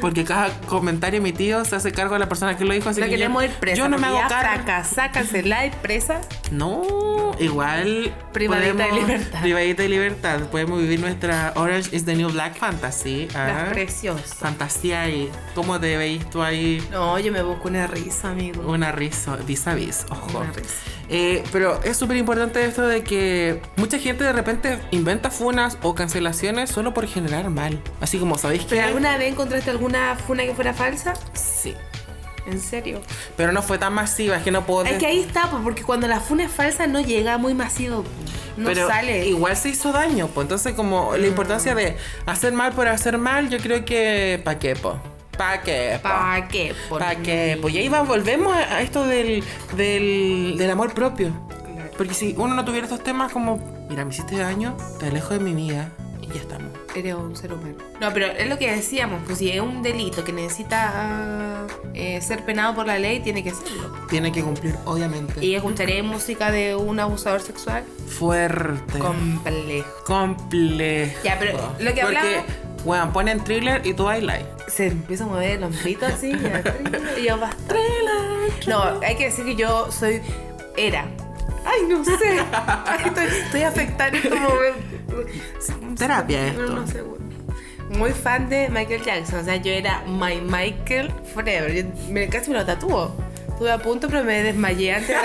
A: Porque cada comentario emitido se hace cargo de la persona que lo dijo. Así
B: No
A: que yo-
B: queremos ir presa.
A: Yo no me
B: porque
A: hago
B: ya
A: cargo.
B: Fracasá, cancelá y presa.
A: No, igual.
B: Privadita de
A: podemos-
B: libertad.
A: Privadita de libertad. Podemos vivir nuestra Orange is the New Black Fantasy. ah.
B: Las preciosas.
A: Fantasía y cómo te veis tú ahí.
B: No, yo me busco una risa, amigo.
A: Una risa, vis a vis, ojo.
B: Una risa.
A: Eh, pero es súper importante esto de que mucha gente de repente inventa funas o cancelaciones solo por generar mal. Así como, ¿sabéis que
B: ¿Pero alguna vez encontraste alguna funa que fuera falsa?
A: Sí.
B: ¿En serio?
A: Pero no fue tan masiva, es que no puedo...
B: Es que ahí está, pues, porque cuando la funa es falsa no llega muy masivo. pues. No
A: pero
B: sale. Mm.
A: igual se hizo daño, pues entonces como la importancia de hacer mal por hacer mal, yo creo que pa' qué, po. Pa' qué, po. Pa'
B: ¿Para qué? Por
A: qué, Pues po. Y ahí va, volvemos a, a esto del, del, del amor propio.
B: Claro.
A: Porque si uno no tuviera estos temas como, mira, me hiciste daño, te alejo de mi vida. Y ya estamos.
B: Eres un ser humano. No, pero es lo que decíamos, pues si es un delito que necesita eh, ser penado por la ley, tiene que serlo.
A: Tiene que cumplir, obviamente.
B: Y escucharé música de un abusador sexual
A: Fuerte.
B: complejo.
A: Complejo.
B: Ya, pero lo
A: Porque,
B: que hablamos-
A: weón, ponen thriller y tú bailas.
B: Se empieza a mover el hombrito así ya, y yo basta. No, hay que decir que yo soy. Era. Ay, no sé. Ay, estoy, estoy afectada en este momento.
A: Terapia esto.
B: No, no sé, güey. Muy fan de Michael Jackson. O sea, yo era My Michael Forever. Yo me, casi me lo tatuó. Estuve a punto, pero me desmayé antes de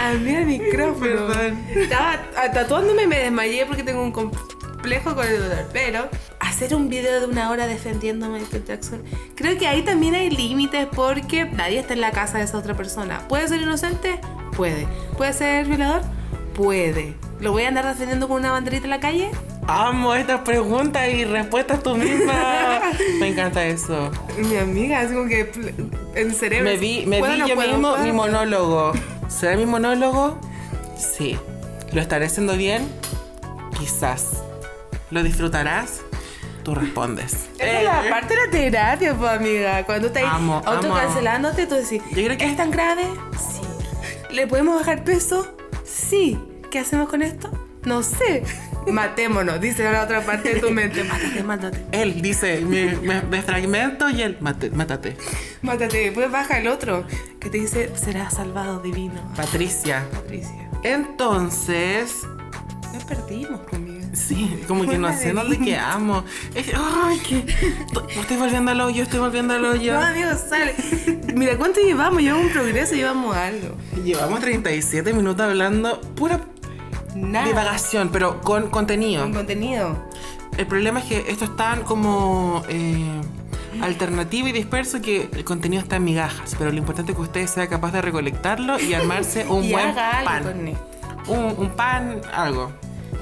B: A mí el micrófono.
A: Perdón.
B: Estaba a- tatuándome y me desmayé porque tengo un complejo con el dolor. Pero hacer un video de una hora defendiendo a Michael Jackson, creo que ahí también hay límites porque nadie está en la casa de esa otra persona. ¿Puede ser inocente? Puede. ¿Puede ser violador? Puede. ¿Lo voy a andar defendiendo con una banderita en la calle?
A: Amo estas preguntas y respuestas tú misma. me encanta eso.
B: Mi amiga, así como que pl- en cerebro.
A: Me vi, me
B: ¿Puedo
A: vi
B: o no
A: yo
B: puedo?
A: mismo
B: ¿Puedo o
A: mi
B: no puedo?
A: monólogo. ¿Será mi monólogo? Sí. ¿Lo estaré haciendo bien? Quizás. ¿Lo disfrutarás? Tú respondes.
B: Esa es la parte de la terapia, pues, amiga. Cuando estás
A: eh, Amo, amo.
B: autocancelándote, tú decís,
A: Yo creo que-
B: ¿es tan grave? Sí. ¿Le podemos bajar peso? Sí. ¿Qué hacemos con esto? No sé. Matémonos, dice la otra parte de tu mente. Mátate, mátate.
A: Él dice, me, me- me fragmento y él, mate- mátate.
B: Mátate. Después baja el otro que te dice, serás salvado divino.
A: Patricia.
B: Patricia.
A: Entonces,
B: Nos perdimos, pues, amiga.
A: Sí, como que no sé dónde quedamos. Es- ay, que estoy volviendo al hoyo, estoy volviendo al hoyo.
B: No, amigo, sale. Mira, ¿cuánto llevamos? Llevamos un progreso, llevamos algo.
A: Llevamos 37 minutos hablando pura
B: Nada.
A: divagación, pero con contenido.
B: Con contenido.
A: El problema es que esto es tan como eh, alternativo y disperso que el contenido está en migajas, pero lo importante es que usted sea capaz de recolectarlo y armarse un
B: y
A: buen
B: haga algo
A: pan.
B: con esto.
A: Un, un pan, algo.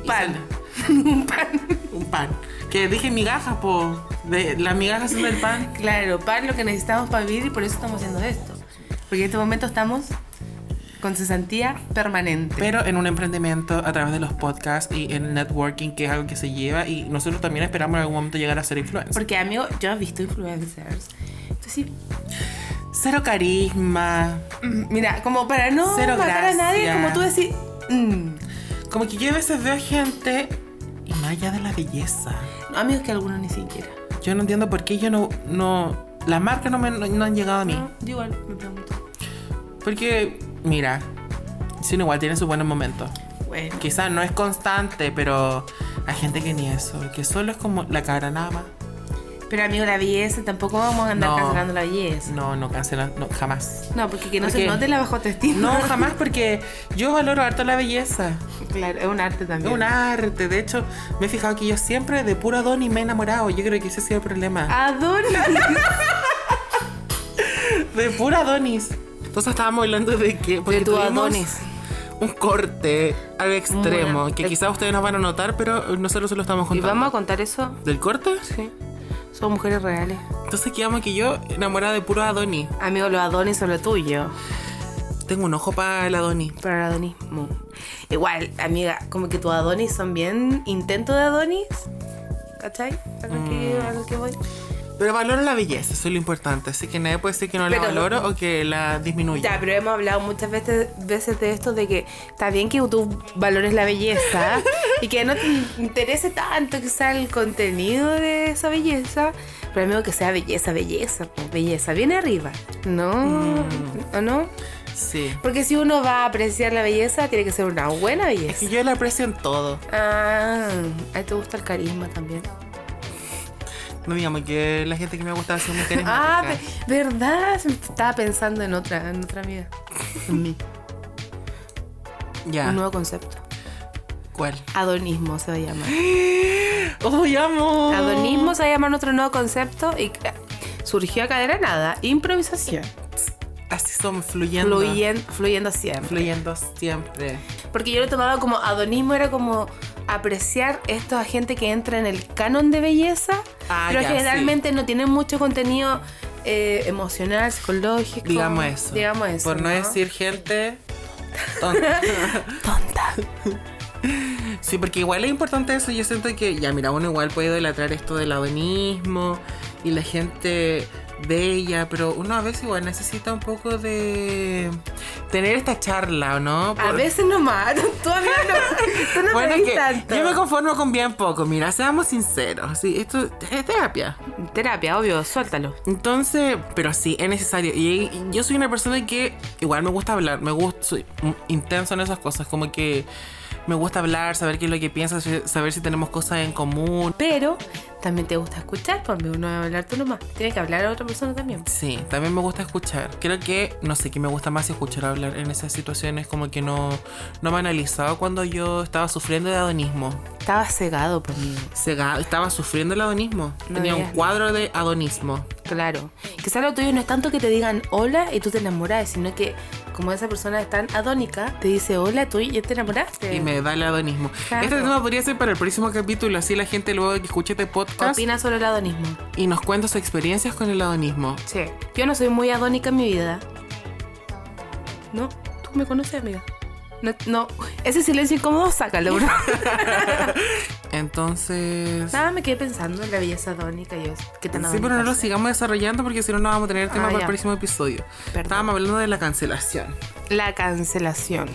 A: Y
B: Pan. un pan.
A: sal- Un pan. Que dije migajas, po. De, las migajas son del pan.
B: Claro, pan lo que necesitamos para vivir y por eso estamos haciendo esto. Porque en este momento estamos con cesantía permanente.
A: Pero en un emprendimiento a través de los podcasts y en networking, que es algo que se lleva, y nosotros también esperamos en algún momento llegar a ser influencers.
B: Porque, amigo, yo he visto influencers. Entonces, sí,
A: Cero carisma.
B: mm, mira, como para no
A: Cero
B: matar a nadie,
A: gracia.
B: como tú decís, mm,
A: Como que yo a veces veo gente y más allá de la belleza.
B: amigos que algunos ni siquiera.
A: Yo no entiendo por qué yo no. no las marcas no, me, no, no han llegado a mí.
B: No, yo igual me pregunto.
A: Porque, mira, sin igual tiene sus buenos momentos.
B: Bueno,
A: Quizás no es constante, pero hay gente que ni eso, que solo es como la cara nada más.
B: pero amigo, la belleza, tampoco vamos a andar
A: No.
B: cancelando la belleza.
A: No, no cancelan, no, jamás.
B: No, porque que no se
A: Porque-
B: note la bajo
A: No,
B: autoestima.
A: jamás, porque yo valoro harto la belleza.
B: Claro, es un arte
A: Es
B: también.
A: un arte. De hecho, me he fijado que yo siempre de puro Adonis me he enamorado. Yo creo que ese ha sido el problema.
B: Adorno.
A: De puro Adonis. Entonces estábamos hablando de que. porque
B: tu
A: tuvimos
B: Adonis.
A: Un corte al extremo.
B: Bueno,
A: que
B: el-
A: quizás ustedes nos van a notar, pero nosotros se lo estamos
B: Y
A: contando.
B: vamos a contar eso.
A: ¿Del corte?
B: Sí. Son mujeres reales.
A: Entonces quedamos que yo enamorada de puro Adonis.
B: Amigo, los Adonis son lo tuyo.
A: Tengo un ojo para el Adonis.
B: Para el adonismo. Igual, amiga, como que tus Adonis son bien intento de Adonis. ¿Cachai? ¿A lo que, a lo que voy?
A: Pero valoro la belleza, eso es lo importante. Así que nadie puede decir que no la
B: Pero-
A: valoro o que la disminuya.
B: Ya, pero hemos hablado muchas veces, veces de esto, de que está bien que tú valores la belleza y que no te interese tanto quizá el contenido de esa belleza, pero amigo, que sea belleza, belleza, pues, belleza, viene arriba, ¿no? Mm. ¿O no?
A: Sí.
B: Porque si uno va a apreciar la belleza, tiene que ser una buena
A: Es
B: belleza.
A: que yo la aprecio en todo.
B: Ah, a ti te gusta el carisma también.
A: No digamos que la gente que me gusta son mujeres
B: Ah, ve- verdad, Se me- estaba pensando en otra, en otra amiga.
A: Ya.
B: Un nuevo concepto.
A: ¿Cuál?
B: Adonismo se va a llamar.
A: ¡Oh, amo!
B: Adonismo se va a llamar nuestro nuevo concepto y que- surgió acá de la nada. Improvisación.
A: Así somos, fluyendo.
B: Fluyen, fluyendo siempre.
A: Fluyendo siempre.
B: Porque yo lo tomaba como adonismo, era como apreciar esto a gente que entra en el canon de belleza,
A: Ah,
B: pero
A: ya,
B: generalmente no tiene mucho contenido eh, emocional, psicológico.
A: Digamos eso.
B: Digamos eso.
A: Por no, decir gente tonta.
B: Tonta.
A: Sí, porque igual es importante eso. Yo siento que, ya, mira, uno igual puede idolatrar esto del adonismo y la gente bella, pero uno a veces igual necesita un poco de tener esta charla, ¿o no?
B: A
A: Por-
B: veces nomás, todavía no. Tú no
A: Bueno,
B: me
A: que
B: que tanto.
A: yo me conformo con bien poco, mira, seamos sinceros, sí, esto es terapia.
B: Terapia, obvio, suéltalo.
A: Entonces, pero sí, es necesario. Y, y yo soy una persona que igual me gusta hablar, me gusta, soy m- intenso en esas cosas, como que me gusta hablar, saber qué es lo que piensas, saber si tenemos cosas en común.
B: Pero también te gusta escuchar, por mí uno va a hablar tú nomás. Tiene que hablar a otra persona también.
A: Sí, también me gusta escuchar. Creo que, no sé, qué me gusta más escuchar hablar en esas situaciones, como que no, no me analizaba cuando yo estaba sufriendo de adonismo.
B: Estaba cegado por mí.
A: Cegado, estaba sufriendo el adonismo.
B: No
A: Tenía un
B: veías nada.
A: cuadro de adonismo.
B: Claro. Quizás lo tuyo no es tanto que te digan hola y tú te enamoras, sino que como esa persona es tan adónica, te dice hola tú y ya te enamoraste.
A: Y me da el adonismo.
B: Claro.
A: Este tema podría ser para el próximo capítulo, así la gente luego que escuche este podcast
B: Opina sobre el adonismo.
A: y nos cuenta sus experiencias con el adonismo.
B: Sí. Yo no soy muy adónica en mi vida. No, tú me conoces, amiga. No, no. ese silencio incómodo, sácalo, bro.
A: Entonces...
B: Nada, me quedé pensando en la belleza adónica y yo, qué tan
A: Sí, pero no lo
B: adónica soy.
A: sigamos desarrollando porque si no, no vamos a tener tema
B: Ah,
A: para el
B: ya.
A: próximo episodio.
B: Perdón.
A: Estábamos hablando de la cancelación.
B: La cancelación.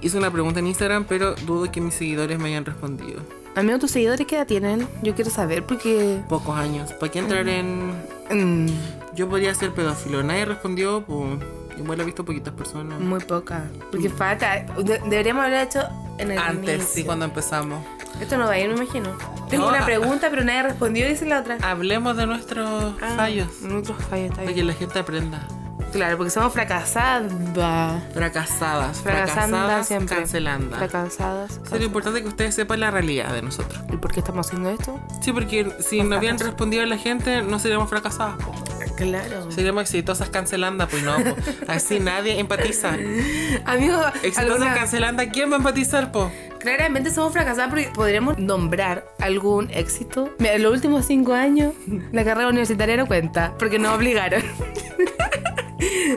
A: Hice una pregunta en Instagram, pero dudo que mis seguidores me hayan respondido.
B: Amigo, ¿tus seguidores qué edad tienen? Yo quiero saber porque...
A: Pocos años. ¿Para qué entrar en...?
B: mm,
A: Yo podría ser pedófilo. Nadie respondió, pues... Igual he visto poquitas personas.
B: muy poca. Porque falta... de- deberíamos haber hecho en el
A: Antes, sí,
B: inicio.
A: cuando empezamos.
B: Esto no va a ir, me imagino. Tengo
A: No.
B: una pregunta, pero nadie respondió, dice la otra.
A: Hablemos de nuestros
B: Ah,
A: fallos.
B: Otros fallos, está
A: Para
B: bien.
A: que la gente aprenda.
B: Claro, porque somos fracasadas.
A: Fracasadas.
B: Fracasando
A: Fracasadas,
B: siempre.
A: cancelando.
B: Fracasadas.
A: Sí, lo importante es que ustedes sepan la realidad de nosotros.
B: ¿Y por qué estamos haciendo esto?
A: Sí, porque si no hubieran respondido a la gente, no seríamos fracasadas. po.
B: Claro.
A: Seríamos exitosas cancelando, pues no. po. Así nadie empatiza.
B: Amigo,
A: Exitosas
B: alguna-
A: cancelando, ¿quién va a empatizar, po?
B: claramente somos fracasadas porque podremos nombrar algún éxito. Mira, en los últimos cinco años, la carrera universitaria no cuenta, porque nos obligaron.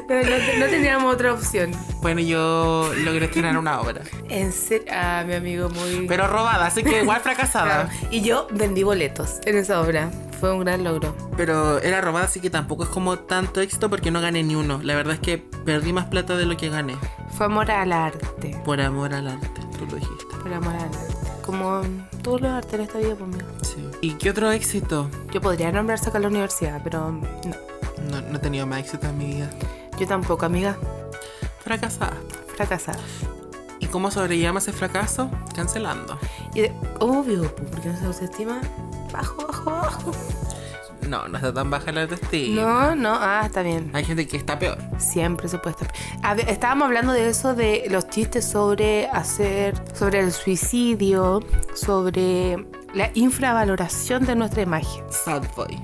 B: Pero no, no teníamos otra opción.
A: Bueno, yo logré estrenar una obra.
B: En serio, ah, mi amigo, muy...
A: Pero robada, así que igual fracasada.
B: Y yo vendí boletos en esa obra. Fue un gran logro.
A: Pero era robada, así que tampoco es como tanto éxito porque no gané ni uno. La verdad es que perdí más plata de lo que gané.
B: Fue amor al arte.
A: Por amor al arte, tú lo dijiste.
B: Fue amor al arte. Como todos los artes de esta vida conmigo.
A: Sí. ¿Y qué otro éxito?
B: Yo podría nombrarse acá a la universidad, pero no.
A: No, no he tenido más éxito en mi vida.
B: Yo tampoco, amiga.
A: Fracasada.
B: Fracasada.
A: ¿Y cómo sobrellevamos ese fracaso? Cancelando.
B: Y de- obvio, pues, porque nuestra autoestima bajo, bajo, bajo.
A: No, no está tan baja la autoestima.
B: No, no, ah, está bien.
A: Hay gente que está peor.
B: Ah. Siempre se puede estar. A ver, estábamos hablando de eso, de los chistes sobre hacer, sobre el suicidio, sobre la infravaloración de nuestra imagen.
A: Sad boy.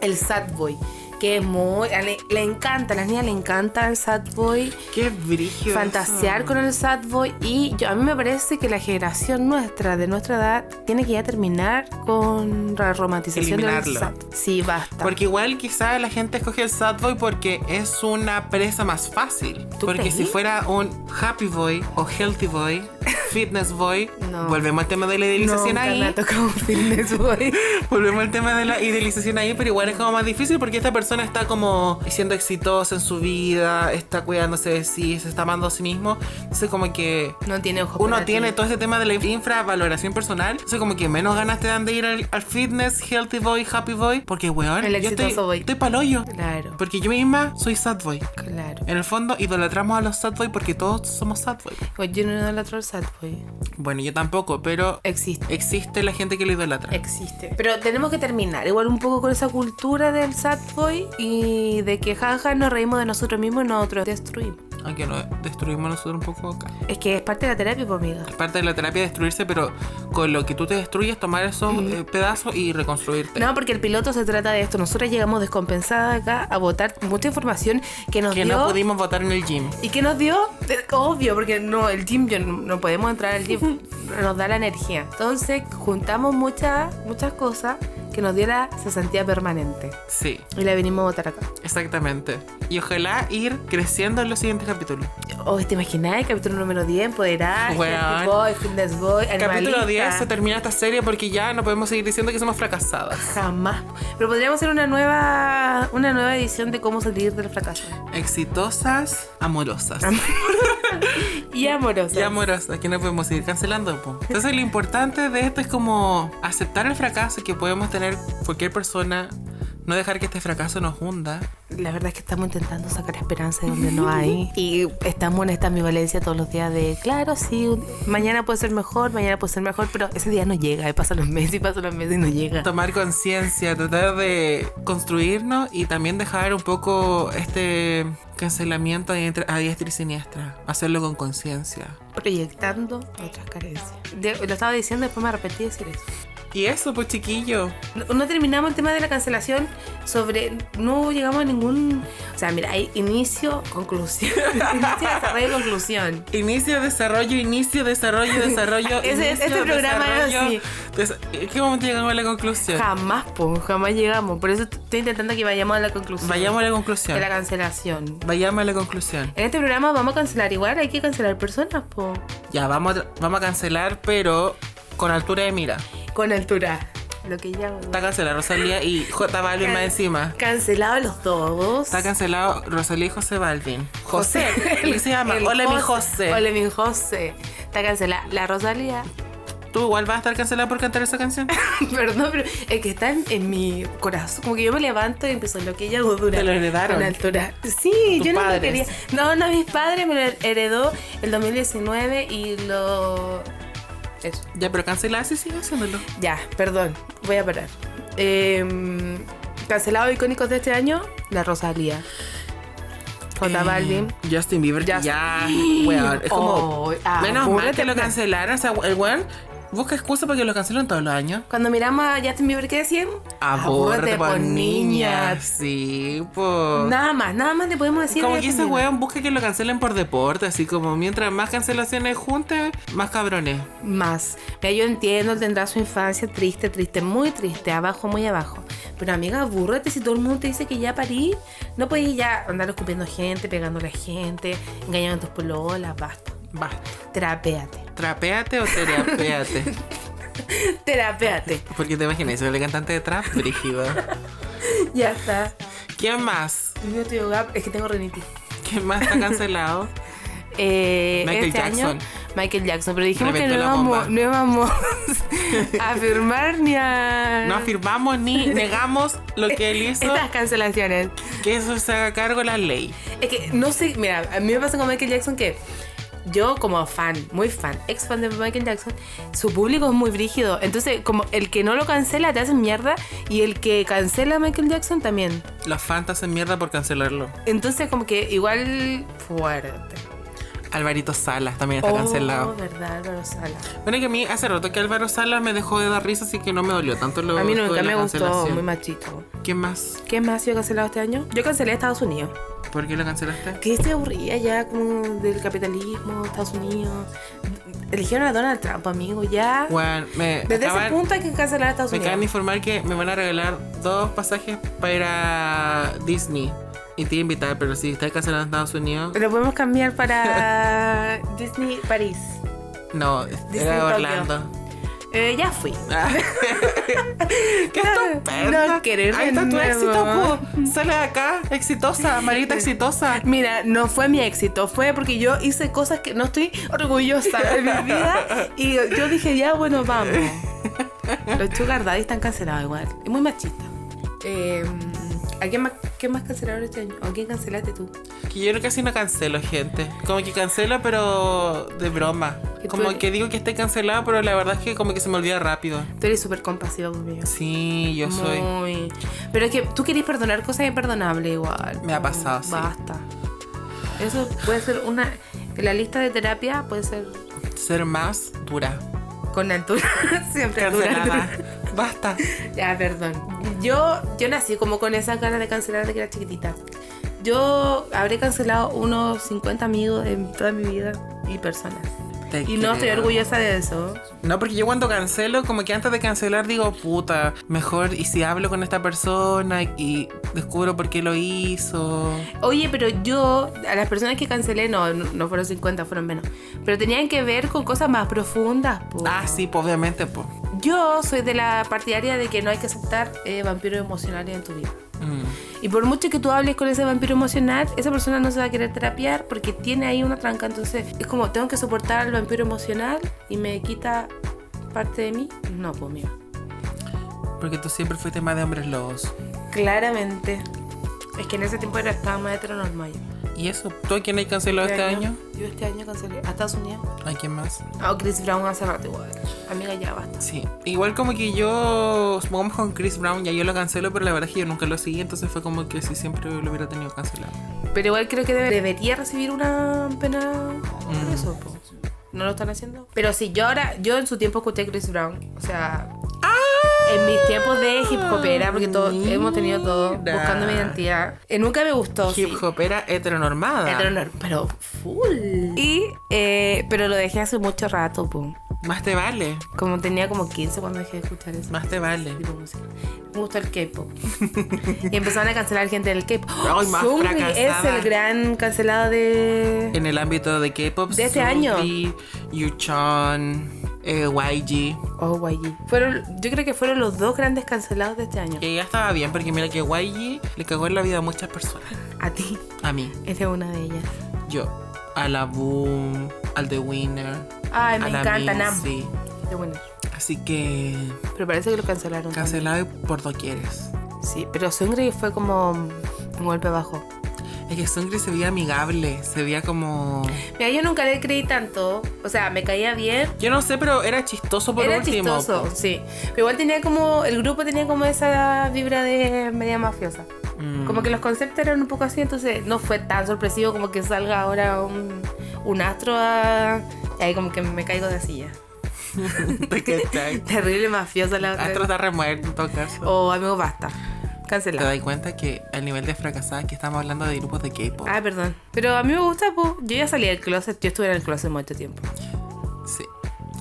B: El sad boy, que es muy, a le, le encanta, a las niñas le encanta el sad boy.
A: Qué brillo.
B: fantasear con el sad boy y yo, a mí me parece que la generación nuestra de nuestra edad tiene que ya terminar con la romantización del
A: Eliminarlo.
B: sad. Sí, basta.
A: Porque igual quizá la gente escoge el sad boy porque es una presa más fácil.
B: ¿Tú
A: Porque
B: creí?
A: si fuera un happy boy o healthy boy, fitness boy,
B: No.
A: volvemos al tema de la idealización
B: Nunca
A: ahí.
B: me ha tocado un fitness boy.
A: Volvemos al tema de la idealización ahí, pero igual es como más difícil porque esta persona está como siendo exitosa en su vida, está cuidándose de sí, se está amando a sí mismo. Entonces como que
B: No tiene ojos
A: uno
B: para ti.
A: tiene todo este tema de la infravaloración personal. Entonces como que menos ganas te dan de ir al, al fitness, healthy boy, happy boy, porque weón,
B: El
A: yo estoy,
B: exitoso boy.
A: estoy paloyo.
B: Claro,
A: Porque yo misma soy sad boy.
B: claro.
A: En el fondo idolatramos a los sad boy porque todos somos sad boy.
B: Pues yo no doy otro sad boy.
A: Bueno, yo tampoco, pero
B: pues. Existe.
A: existe la gente que lo idolatra.
B: Existe. Pero tenemos que terminar igual un poco con esa cultura del sad boy y de que jaja nos reímos de nosotros mismos y nosotros destruimos.
A: Aunque nos destruimos nosotros un poco acá.
B: Es que es parte de la terapia, pues, amiga.
A: parte de la terapia destruirse, pero con lo que tú te destruyes, tomar esos eh, pedazos y reconstruirte.
B: No, porque el piloto se trata de esto. Nosotros llegamos descompensadas acá a votar mucha información que nos
A: que
B: dio.
A: no pudimos votar en el gym.
B: ¿Y qué nos dio? Eh, Obvio, porque no, el gym, yo no, no podemos entrar al gym, nos da la energía. Entonces, juntamos muchas, muchas cosas que nos diera cesantía permanente.
A: Sí,
B: Y la venimos a votar acá.
A: exactamente. Y ojalá ir creciendo en los siguientes capítulos.
B: Hoy Oh, te imaginas el capítulo número 10, empoderaje,
A: Weón.
B: Healthy Boy, Fitness Boy,
A: Capítulo
B: Animalista.
A: 10 se termina esta serie porque ya no podemos seguir diciendo que somos fracasadas.
B: Jamás. Pero podríamos hacer una nueva, una nueva edición de cómo salir del fracaso.
A: Exitosas, amorosas.
B: Y amorosa.
A: Y amorosas, que no podemos seguir cancelando. po. Entonces lo importante de esto es como aceptar el fracaso que podemos tener cualquier persona, no dejar que este fracaso nos hunda.
B: La verdad es que estamos intentando sacar esperanza de donde no hay. Y estamos en esta ambivalencia todos los días de, claro, sí, un- mañana puede ser mejor, mañana puede ser mejor, pero ese día no llega. Y pasan los meses y pasan los meses y no llega.
A: Tomar conciencia, tratar de construirnos y también dejar un poco este cancelamiento a diestra a diestra y siniestra. Hacerlo con conciencia.
B: Proyectando otras carencias. De- lo estaba diciendo, después me arrepentí de decir eso.
A: Y eso, pues chiquillo.
B: No, no terminamos el tema de la cancelación sobre. No llegamos a ningún. O sea, mira, hay inicio, conclusión. inicio, desarrollo, conclusión.
A: Inicio, desarrollo, inicio, desarrollo, desarrollo.
B: Ese-
A: inicio,
B: este programa era
A: desarrollo, desa- ¿En qué momento llegamos a la conclusión?
B: Jamás, po, jamás llegamos. Por eso estoy intentando que vayamos a la conclusión.
A: Vayamos a la conclusión.
B: de la cancelación.
A: Vayamos a la conclusión.
B: En este programa vamos a cancelar igual, hay que cancelar personas, po.
A: Ya, vamos a, vamos a cancelar, pero con altura de mira.
B: Con altura. Lo que llamo.
A: Está cancelada Rosalía y J Balvin más encima.
B: Cancelado los dos.
A: Está cancelado Rosalía y José Balvin. José,
B: El-
A: él se llama.
B: el
A: Hola, mi José.
B: Ole mi José. Está cancelada la Rosalía.
A: ¿Tú igual vas a estar cancelada por cantar esa canción?
B: Perdón, pero es que está en, en mi corazón. Como que yo me levanto y empiezo lo que ella dura.
A: Te lo heredaron.
B: Con altura. Sí,
A: Tus
B: yo no lo quería.
A: padres.
B: No, no, mis padres me lo heredó el 2019 y lo. Eso.
A: Ya, pero cancelada sí sigue haciéndolo.
B: Ya, perdón, voy a parar. Eh, cancelado icónicos de este año, la Rosalía. J
A: Eh,
B: Balvin.
A: Justin Bieber, que
B: Justin-
A: ya, weón. Es como.
B: Oh, ah,
A: menos mal que
B: apúrate,
A: lo
B: Hernán.
A: cancelaron. O sea, el weón busca excusa para que lo cancelan todos los años.
B: Cuando miramos a Justin Bieber, ¿qué decían?
A: Abórrate
B: Abórrate
A: por
B: por
A: niña.
B: niñas.
A: Sí, pues.
B: Nada más, nada más le podemos decir. a
A: Como que
B: Justin
A: ese
B: Bieber.
A: weón busca que lo cancelen por deporte, así como mientras más cancelaciones juntas, más cabrones.
B: Más. Mira, yo entiendo, él tendrá su infancia triste, triste, muy triste, abajo, muy abajo. Pero amiga, aburrete si todo el mundo te dice que ya parí. No podéis ya andar escupiendo gente, pegando a la gente, engañando a tus pololas, basta.
A: Basta.
B: Terapéate.
A: Trapéate o terapéate.
B: Terapéate.
A: Porque te imaginas, soy el cantante de trap, brígido.
B: ya está.
A: ¿Quién más?
B: Yo te digo, Gab, es que tengo rinitis.
A: ¿Quién más está cancelado?
B: Eh,
A: Michael
B: este
A: Jackson.
B: Año, Michael Jackson, pero dijimos
A: Reventó
B: que no
A: la bomba.
B: íbamos, no íbamos a firmar ni a
A: No afirmamos ni negamos lo que él hizo,
B: estas cancelaciones.
A: que eso se haga cargo la ley.
B: Es que no sé, mira, a mí me pasa con Michael Jackson que yo como fan, muy fan, ex fan de Michael Jackson, su público es muy brígido. Entonces, como el que no lo cancela te hace mierda y el que cancela a Michael Jackson también.
A: Los fans hacen mierda por cancelarlo.
B: Entonces, como que igual fuerte.
A: Alvarito Salas también está cancelado.
B: Oh, verdad, Álvaro Sala.
A: Bueno, que a mí hace rato que Álvaro Salas me dejó de dar risa, así que no me dolió tanto lo
B: A mí
A: lo de
B: nunca
A: la
B: me gustó,
A: cancelación.
B: muy machito.
A: ¿Quién más?
B: ¿Qué más yo he cancelado este año? Yo cancelé Estados Unidos.
A: ¿Por qué lo cancelaste?
B: Que se aburría ya como del capitalismo, Estados Unidos. Eligieron a Donald Trump, amigo, ya.
A: Bueno, me
B: Desde
A: acaban-
B: ese punto hay que cancelar a Estados
A: me acaban de
B: Unidos.
A: informar que me van a regalar dos pasajes para Disney. Y te iba a invitar, pero si estás cancelando en Estados Unidos.
B: Lo podemos cambiar para Disney París.
A: No,
B: Disney
A: era
B: Tokio.
A: Orlando.
B: Eh, ya fui.
A: ¡Qué estupendo!
B: No querer
A: Ahí
B: de
A: está tu
B: nuevo.
A: éxito, po. Sale de acá, exitosa, Marita exitosa.
B: Mira, no fue mi éxito, fue porque yo hice cosas que no estoy orgullosa de mi vida y yo dije, ya, bueno, vamos. Los Sugar Daddy están cancelados igual, es muy machista. Eh, ¿A quién más, qué más cancelaron este año? ¿A quién cancelaste tú?
A: Que yo casi no cancelo, gente. Como que cancelo, pero de broma.
B: Que tú
A: Como
B: eres-
A: que digo que esté cancelado, pero la verdad es que como que se me olvida rápido.
B: Tú eres súper compasiva conmigo.
A: Sí, yo soy.
B: Muy. Pero es que tú querés perdonar cosas imperdonables igual.
A: Me ha
B: No,
A: pasado, sí.
B: Basta. Eso puede ser una... La lista de terapia puede ser
A: Ser más dura.
B: con altura, siempre dura,
A: Cancelada.
B: dura.
A: Basta.
B: Ya, perdón. Yo, yo nací como con esas ganas de cancelar de que era chiquitita. Yo habré cancelado unos 50 amigos en toda mi vida y personas.
A: Te
B: Y no estoy
A: creo.
B: orgullosa de eso.
A: No, porque yo cuando cancelo, como que antes de cancelar digo, puta, mejor, y si hablo con esta persona y, y descubro por qué lo hizo.
B: Oye, pero yo, a las personas que cancelé, no, no no fueron 50, fueron menos. Pero tenían que ver con cosas más profundas, po.
A: Ah, sí, pues obviamente, pues.
B: Yo soy de la partidaria de que no hay que aceptar eh, vampiros emocionales en tu vida.
A: Mm.
B: Y por mucho que tú hables con ese vampiro emocional, esa persona no se va a querer terapiar porque tiene ahí una tranca. Entonces, es como, tengo que soportar al vampiro emocional y me quita parte de mí. No, pues mira.
A: Porque tú siempre fuiste más de hombres lobos.
B: Claramente. Es que en ese tiempo era, estaba más heteronormal.
A: ¿Y eso? ¿Tú a quién hay cancelado este año?
B: Yo este año cancelé. A Estados Unidos.
A: ¿A quién más?
B: A Chris Brown hace rato igual. Amiga, ya basta.
A: Sí. Igual como que yo, supongamos con Chris Brown, ya yo lo cancelo, pero la verdad es que yo nunca lo seguí, entonces fue como que si siempre lo hubiera tenido cancelado.
B: Pero igual creo que debe- debería recibir una pena por
A: Mm.
B: eso, po. No lo están haciendo. Pero sí, yo ahora, yo en su tiempo escuché a Chris Brown. O sea, en mis tiempos de hip hopera, porque todos hemos tenido todo,
A: Ah, Mira.
B: buscando mi identidad. Eh, nunca me gustó. sí.
A: Hip hop era heteronormada.
B: Heteronor- pero full. Y, eh, pero lo dejé hace mucho rato, po.
A: Más te vale,
B: Como tenía como 15 cuando dejé de escuchar eso.
A: más te vale.
B: tipo de música. Me gustó el K-pop. y empezaron a cancelar gente del K-pop.
A: Ay, más
B: Sungri es
A: fracasada.
B: el gran cancelado de.
A: En el ámbito de K-pop,
B: De este año.
A: Suri, Yuchon, eh, YG.
B: Oh, YG. Fueron, yo creo que fueron los dos grandes cancelados de este año.
A: Que ya estaba bien, porque mira que YG le cagó en la vida a muchas personas.
B: A ti
A: A mí,
B: eres una de ellas.
A: yo, a la Boom, al The Winner.
B: Ay,
A: a
B: me
A: la
B: encanta, Nam.
A: Minzy.
B: Qué bueno.
A: Así que
B: Pero parece que lo cancelaron.
A: cancelado por doquieres.
B: también. Sí, pero Sungri fue como un golpe bajo.
A: Es que Sungri se veía amigable, se veía como...
B: Mira, yo nunca le creí tanto. O sea, me caía bien.
A: Yo no sé, pero era chistoso por
B: Era
A: último. pues.
B: chistoso, sí. Pero igual tenía como. El grupo tenía como esa vibra de media mafiosa.
A: Mm.
B: Como que los conceptos eran un poco así, entonces no fue tan sorpresivo como que salga ahora un, un astro a- y ahí como que me caigo de silla.
A: Te cachai.
B: Terrible mafiosa la otra. Oh,
A: Astro está remuerto en todo caso.
B: O amigo, basta.
A: Te
B: Cancelado.
A: das cuenta que al nivel de fracasadas que estamos hablando de grupos de K-pop.
B: Ah, perdón. Pero a mí me gusta, pues. Yo ya salí del closet. Yo estuve en el closet mucho tiempo.
A: Sí.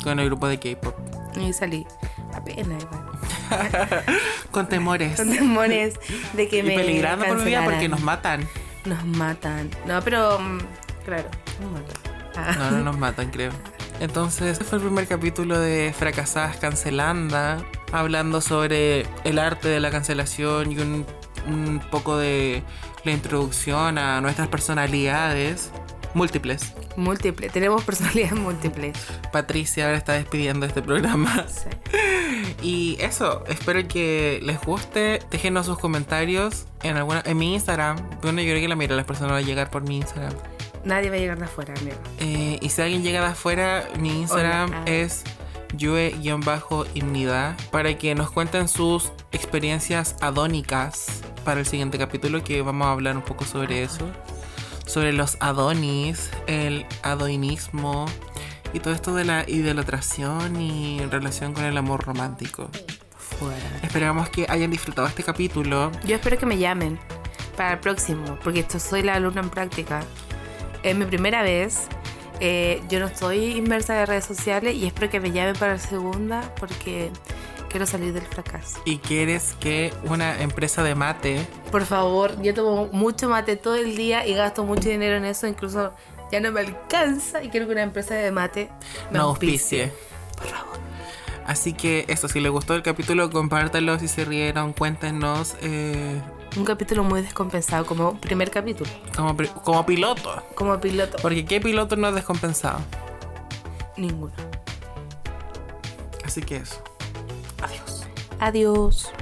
A: Con el grupo de K-pop.
B: Y salí. Apenas, igual.
A: Con temores.
B: Son demonios de que
A: y
B: me.
A: peligrando por mi vida porque nos
B: cancelaran.
A: matan.
B: Nos matan. No, pero. mm, Claro, nos matan. Ah.
A: No, no nos matan, creo. Entonces, este fue el primer capítulo de Fracasadas Cancelanda, hablando sobre el arte de la cancelación y un, un poco de la introducción a nuestras personalidades múltiples.
B: Múltiple. Tenemos personalidades múltiples.
A: Patricia ahora está despidiendo este programa.
B: Sí.
A: Y eso, espero que les guste. Déjenos sus comentarios en alguna en mi Instagram. Bueno, yo creo que la mira, las personas van a llegar por mi Instagram.
B: Nadie va a llegar de afuera, amigo.
A: Eh, y si alguien llega de afuera, mi Instagram
B: Hola.
A: es yue-imnidad para que nos cuenten sus experiencias adónicas para el siguiente capítulo que vamos a hablar un poco sobre eso, sobre los adonis, el adoinismo y todo esto de la idolatración y en relación con el amor romántico.
B: Fuera.
A: Esperamos que hayan disfrutado este capítulo.
B: Yo espero que me llamen para el próximo, porque esto soy la alumna en práctica. Es mi primera vez. eh, yo no estoy inmersa en redes sociales y espero que me llamen para la segunda porque quiero salir del fracaso.
A: ¿Y quieres que una empresa de mate
B: Por favor, yo tomo mucho mate todo el día y gasto mucho dinero en eso, incluso ya no me alcanza y quiero que una empresa de mate me
A: nos auspicie?
B: Por favor.
A: Así que eso, si les gustó el capítulo, compártanlo si se rieron, cuéntenos eh,
B: Un capítulo muy descompensado, como primer capítulo,
A: como, pri- como piloto.
B: como piloto.
A: Porque qué piloto no es descompensado.
B: Ninguno.
A: Así que eso. Adiós.
B: Adiós.